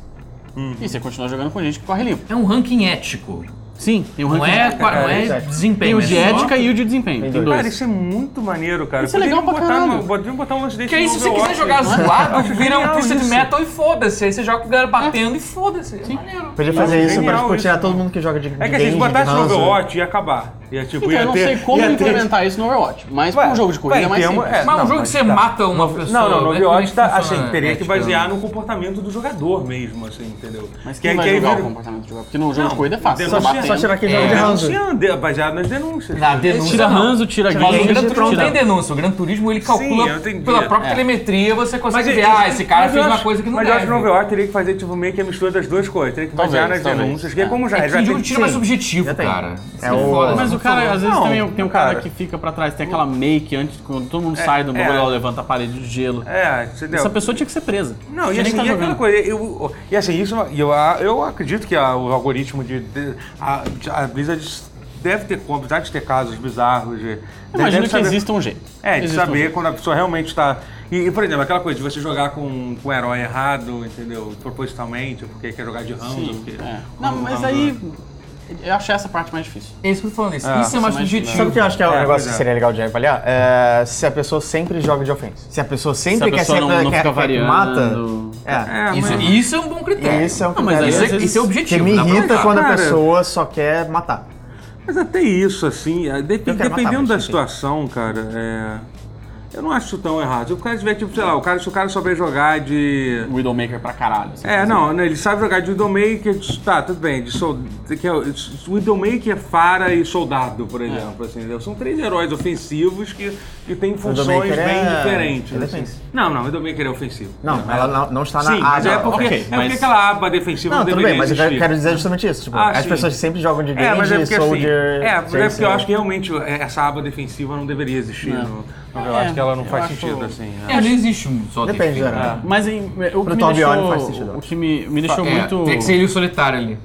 A: Uhum.
D: E você continua jogando com gente que corre limpo.
C: É um ranking ético.
D: Sim, tem um
C: Não
D: ranking
C: é,
D: de-
C: não é
B: Cara,
C: desempenho.
D: Tem o
C: é
D: de
C: só-
D: ética e o de desempenho. Tem
B: dois.
D: dois.
A: Cara, isso é muito maneiro, cara.
D: Isso é legal
A: Poderiam
D: pra
A: botar
D: caramba.
A: uma- Poderiam botar um lance desse
C: Que aí,
A: no
C: se você quiser
A: Overwatch.
C: jogar zoado, vira um
A: genial
C: Twisted
A: isso.
C: Metal e foda-se. Aí você joga com a galera batendo e foda-se. É maneiro.
B: Podia fazer
A: Não,
B: isso pra
A: genial
B: tipo,
A: isso,
B: tirar
A: mano.
B: todo mundo que joga de de
A: É que assim, se
B: Genji,
A: botasse
B: de
A: no
B: Hanzo.
A: Overwatch, ia acabar. Ia, tipo,
D: Então,
A: ia
D: eu não
A: ter,
D: sei como
A: ia ter-
D: implementar isso no Overwatch, mas
A: Ué,
D: pra um jogo de corrida
A: vai
D: é mais
A: ter uma-
D: simples.
A: é,
C: Mas
A: não,
C: um jogo que
A: mas
C: você
A: tá.
C: mata uma pessoa.
A: Não, não, no
C: né? Como é
A: Overwatch
C: que
A: tá,
C: funciona
A: assim, teria que
C: ética? né?
A: basear no comportamento do jogador mesmo, assim, entendeu?
D: Mas
A: Que
D: quem
A: aí-
D: vai
A: que aí
D: jogar o
A: vira-
D: comportamento de jogador? Porque no jogo
A: Não,
D: de corrida é fácil,
A: denúncia,
D: você tá
B: Só
D: batendo.
B: tirar quem joga
C: É.
B: de Hanzo.
A: Denunciando, baseado nas denúncias.
C: Na denúncia.
D: Tira
C: não.
D: ranzo, tira
C: Mas
D: gangue,
C: o Gran Turismo não tem
D: tira...
C: denúncia. O Gran Turismo ele
A: Sim, eu
C: calcula
A: entendi.
C: pela própria
D: É.
C: telemetria, você consegue
A: Mas
C: ver,
A: eu-
C: ah, esse cara
A: mas eu
C: fez uma
A: acho-
C: coisa que não
A: Mas eu acho que no
C: deve.
A: overwatch teria que fazer tipo, meio que a mistura das duas coisas. Teria que
D: Talvez,
A: basear nas
D: talvez.
A: denúncias. Porque
D: É.
A: como já,
C: É que
A: já
C: o
A: tem
C: jogo tira mais subjetivo,
B: Já tem.
C: cara. Isso
B: É
C: é
B: o-
C: foda.
D: Mas o
C: Por
D: cara,
C: favor.
D: às vezes,
A: Não,
D: também tem um cara
A: cara.
D: que fica pra trás, tem aquela make antes, quando todo mundo sai do bagulho,
A: é.
D: ela levanta a parede de gelo.
A: É, entendeu?
D: Essa pessoa tinha que ser presa.
A: Não, e
D: Tinha nem
A: assim,
D: que tá
A: e aquela
D: jogando.
A: coisa, eu, e assim, isso, eu, eu acredito que a- o algoritmo de, de- a, a Blizzard deve ter, como, deve ter casos bizarros. De, deve
D: Imagino que
A: saber-
D: exista um jeito.
A: É, de
D: Existe um
A: saber
D: jeito.
A: quando a pessoa realmente está. E, e, por exemplo, aquela coisa de você jogar com, com o herói errado, entendeu? Propositalmente, porque quer jogar de round.
D: Sim,
A: Porque,
D: é.
A: como
D: Não, mas
A: round,
D: aí...
A: né?
D: Eu achei essa parte mais difícil.
C: É isso que eu tô falando. Isso,
D: É,
C: isso é mais
D: isso é mais-
B: Sabe o
C: subjetivo.
B: que eu acho que é um
A: É,
B: negócio
A: pois
B: que
A: é.
B: seria legal de avaliar? É, se a pessoa sempre joga de ofensa. Se a pessoa sempre
D: Se a
B: quer
D: pessoa
B: ser
D: não- não
B: quer,
D: fica
B: quer que
D: variando.
B: mata. É.
A: É, mas-
C: Isso, isso é um bom critério.
B: Isso é um
D: Não, mas
B: critério
D: às
C: Isso é,
D: vezes-
C: isso é
B: que
C: objetivo.
B: me
C: dá pra
B: irrita
C: notar.
B: quando a
A: Cara.
B: pessoa só quer matar.
A: Mas até isso, assim, a- dep-
B: Eu quero matar,
A: dependendo
B: mas
A: da
B: enfim.
A: situação, cara, é. Eu não acho isso tão errado. Se o cara tiver, tipo, sei lá, o cara, se o cara souber jogar de.
D: Widowmaker pra caralho. assim.
A: É, não, né, ele sabe jogar de Widowmaker, tá, tudo bem, de sol- que é, Widowmaker, é Fara e Soldado,
D: É.
A: por exemplo, assim, entendeu? São três heróis ofensivos que, que têm funções
B: Widowmaker
A: bem
B: é-
A: diferentes.
B: é
A: assim.
B: defensivo.
A: Não, não, Widowmaker é ofensivo.
B: Não, ela não, não está na
A: Sim, mas é
B: aba.
A: porque,
D: ok,
A: é
D: mas-
A: porque aquela aba defensiva
B: Não,
A: não
B: tudo
A: deveria
B: bem, mas eu
A: existir.
B: quero, quero dizer justamente isso. Tipo,
A: Ah,
B: as
A: sim.
B: pessoas sempre jogam de Genji,
A: É, mas é porque assim,
B: Soldier...
A: é, mas é
B: Saints,
A: porque eu
B: né?
A: acho que realmente eh, essa aba defensiva não deveria existir.
D: Não. É,
A: no- no- eu acho que ela não
D: eu
A: faz
D: acho-
A: sentido assim. né?
C: É, não existe um só
B: Depende,
C: defeito.
A: ah,
B: né?
D: Mas em, o, que
B: Pro
D: me
B: Tom Bione faz
D: deixou,
B: sentido.
D: o que me, me deixou
C: É,
D: muito.
C: Tem que ser ele o solitário ali.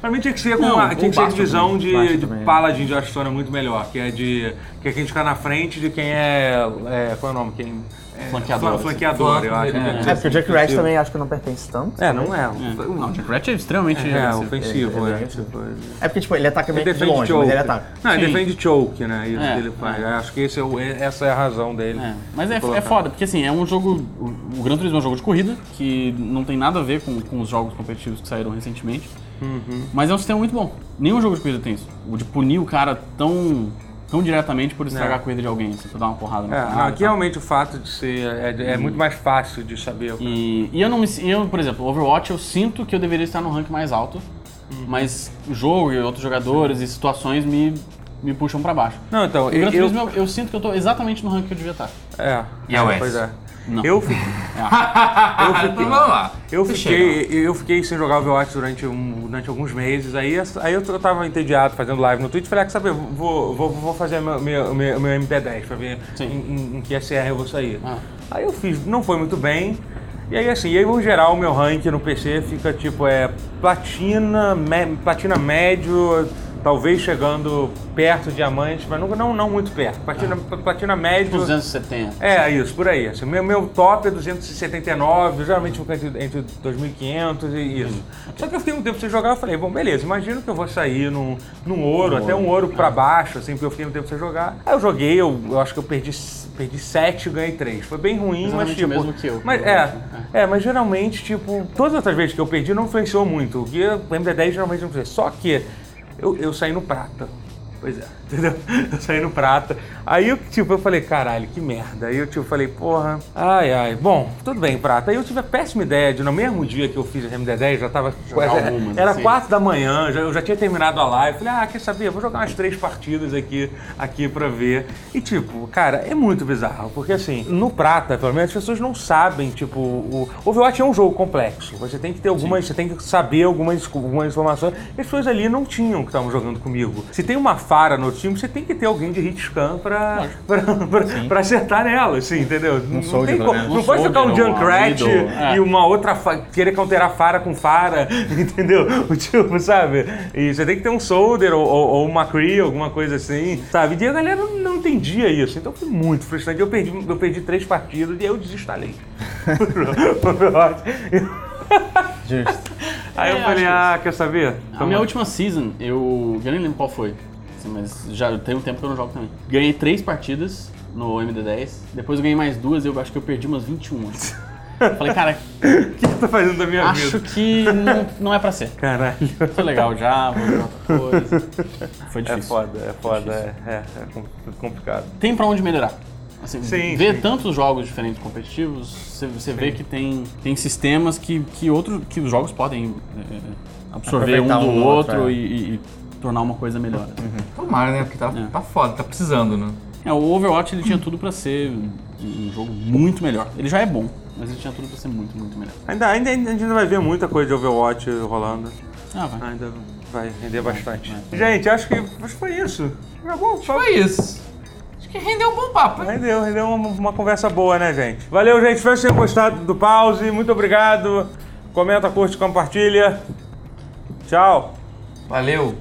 A: Pra mim tinha que ser com
D: Não,
A: uma, tinha
D: o
A: que ser a
D: Bastion
A: divisão
D: também,
A: de,
B: Bastion
A: de
B: também, né?
A: Paladin de Ashtona muito melhor, que é de. que é quem fica na frente de quem é. é, qual é o nome? Quem. É,
D: Flanqueador,
A: flan-
D: assim.
A: Flanqueador, eu acho.
C: É.
A: né?
B: É, porque o Jack Rat também acho que não pertence tanto.
A: É, não é.
D: Não, o Jack Ratchet é extremamente.
A: É, é
D: agressivo.
A: ofensivo,
B: É,
A: é.
B: é, é.
A: tipo,
B: É porque, tipo, ele ataca
A: Ele
B: meio que de
A: defende
B: longe, mas
A: choke.
B: ele ataca.
A: Não, ele
D: é Sim.
A: defende choke, né? Isso
D: É,
A: que ele faz. Eu Acho que esse é o- essa é a razão dele.
D: É, mas é,
A: de colocar.
D: é foda, porque assim, é um jogo. O, o Gran Turismo é um jogo de corrida, que não tem nada a ver com, com os jogos competitivos que saíram recentemente.
A: Uhum.
D: Mas é um sistema muito bom. Nenhum jogo de corrida tem isso. O de punir o cara tão, tão diretamente por estragar
A: É.
D: a corrida de alguém, assim, por dar uma porrada no
A: É,
D: cara
A: não,
D: e
A: aqui
D: tal.
A: realmente o fato de ser. É, é muito mais fácil de saber.
D: E, e eu não me e eu, por exemplo, Overwatch eu sinto que eu deveria estar no rank mais alto,
A: Uhum.
D: mas o jogo e outros jogadores e situações me, me puxam pra baixo.
A: Não, então,
D: O Gran
A: eu. eu
D: Turismo eu, eu sinto que eu tô exatamente no rank que eu devia estar.
A: é,
C: E a Wes?
A: Pois é.
D: Não.
A: Eu, fi-
C: Eu
A: fiquei-
C: então vamos lá.
A: eu,
C: Você
A: fiquei, eu fiquei sem jogar Overwatch durante, um- durante alguns meses. Aí, aí eu, eu tava entediado fazendo live no Twitch. Falei, ah, quer saber, vou, vou, vou fazer meu, meu, meu, meu MP10 pra ver em,
D: Sim.
A: em- em que SR eu vou sair.
D: Ah.
A: Aí eu fiz, não foi muito bem. E aí assim, e aí, no geral o meu rank no PC fica tipo é platina, mé- platina médio, talvez chegando perto de diamante, mas nunca- não, não muito perto. Platina, platina médio.
D: Tipo, 270.
A: É, isso, por aí. Assim, meu, meu top é 279, geralmente fica entre, entre 2.500 e isso.
D: Uhum.
A: Só que eu fiquei um tempo sem jogar, eu falei, bom, beleza, imagina que eu vou sair num, num ouro, até um ouro
D: é.
A: pra baixo, assim, porque eu fiquei um tempo sem jogar. Aí eu joguei, eu, eu acho que eu perdi, perdi 7 e ganhei 3. Foi bem ruim, mas
D: Exatamente
A: tipo...
D: o mesmo que eu,
A: Mas, é,
D: provavelmente, né?
A: é, mas geralmente, tipo, todas as outras vezes que eu perdi não influenciou muito. O guia, o MD10 geralmente não influencia. Só que eu, eu saí no prata. Pois é, entendeu? Eu saí no prata. Aí eu, tipo, eu falei, caralho, que merda. Aí eu, tipo, falei, porra, ai, ai. Bom, tudo bem, prata. Aí eu tive a péssima ideia de, no mesmo dia que eu fiz a MD10, já tava... era-
D: algumas,
A: era
D: assim.
A: quatro da manhã, já- eu já tinha terminado a live. Falei, ah, quer saber? Vou jogar umas três partidas aqui, aqui pra ver. E, tipo, cara, é muito bizarro. Porque, assim, no Prata, pelo menos, as pessoas não sabem, tipo... O Overwatch é um jogo complexo. Você tem que ter algumas... Você tem que saber algumas, algumas informações. E as pessoas ali não tinham que estavam jogando comigo. Se tem uma Fara no time, você tem que ter alguém de hitscan pra, pra, pra, pra acertar nela, assim, entendeu? Não, não,
B: soldier,
A: tem como,
B: né?
A: não
D: Um
A: pode jogar um
D: soldier, um
A: Junkrat
D: Amido, é.
A: e uma outra fa- querer counterar Fara com Fara, entendeu? O tipo, sabe? E você tem que ter um Solder ou, ou, ou uma Cree, alguma coisa assim, sabe? E a galera não entendia isso, então foi muito frustrante. Eu perdi, eu perdi três partidas e eu desinstalei.
B: Justo.
A: Aí eu
D: É, acho
A: falei,
D: que-
A: ah, quer saber?
D: A minha última season, eu, eu nem lembro qual foi, assim, mas já tem um tempo que eu não jogo também. Ganhei três partidas no MD10, depois eu ganhei mais duas e eu acho que eu perdi umas 21. assim. Falei, cara,
A: O que você tá fazendo da minha
D: acho
A: vida?
D: que não, não é pra ser.
A: Caralho.
D: Foi legal já, vou jogar outra coisa. Foi
A: É
D: difícil.
A: foda, é foda, é, é, é com- complicado.
D: tem pra onde melhorar. Assim,
A: Sim,
D: ver
A: sim.
D: tantos jogos diferentes competitivos, você, você vê que tem, tem sistemas que, que, outro, que os jogos podem é, é, absorver um do
B: Aproveitar um do outro,
D: outro,
B: é. Uhum.
D: e, e- e tornar uma coisa melhor. assim.
C: Tomara, né? Porque tá,
D: É.
C: tá foda, tá precisando, né?
D: É, o Overwatch ele tinha tudo pra ser um- um jogo muito melhor. Ele já é bom, mas ele tinha tudo pra ser muito, muito melhor.
A: Ainda, ainda, ainda a gente vai ver muita coisa de Overwatch rolando.
D: Ah, vai.
A: Ainda vai render bastante. Gente, acho que, acho que foi isso. Acabou, só
C: Foi Tipo, é isso. Acho que rendeu um bom papo, hein?
A: Rendeu, rendeu uma, uma conversa boa, né, gente? Valeu, gente. Espero que vocês tenham gostado do pause. Muito obrigado. Comenta, curte, compartilha. Tchau.
C: Valeu.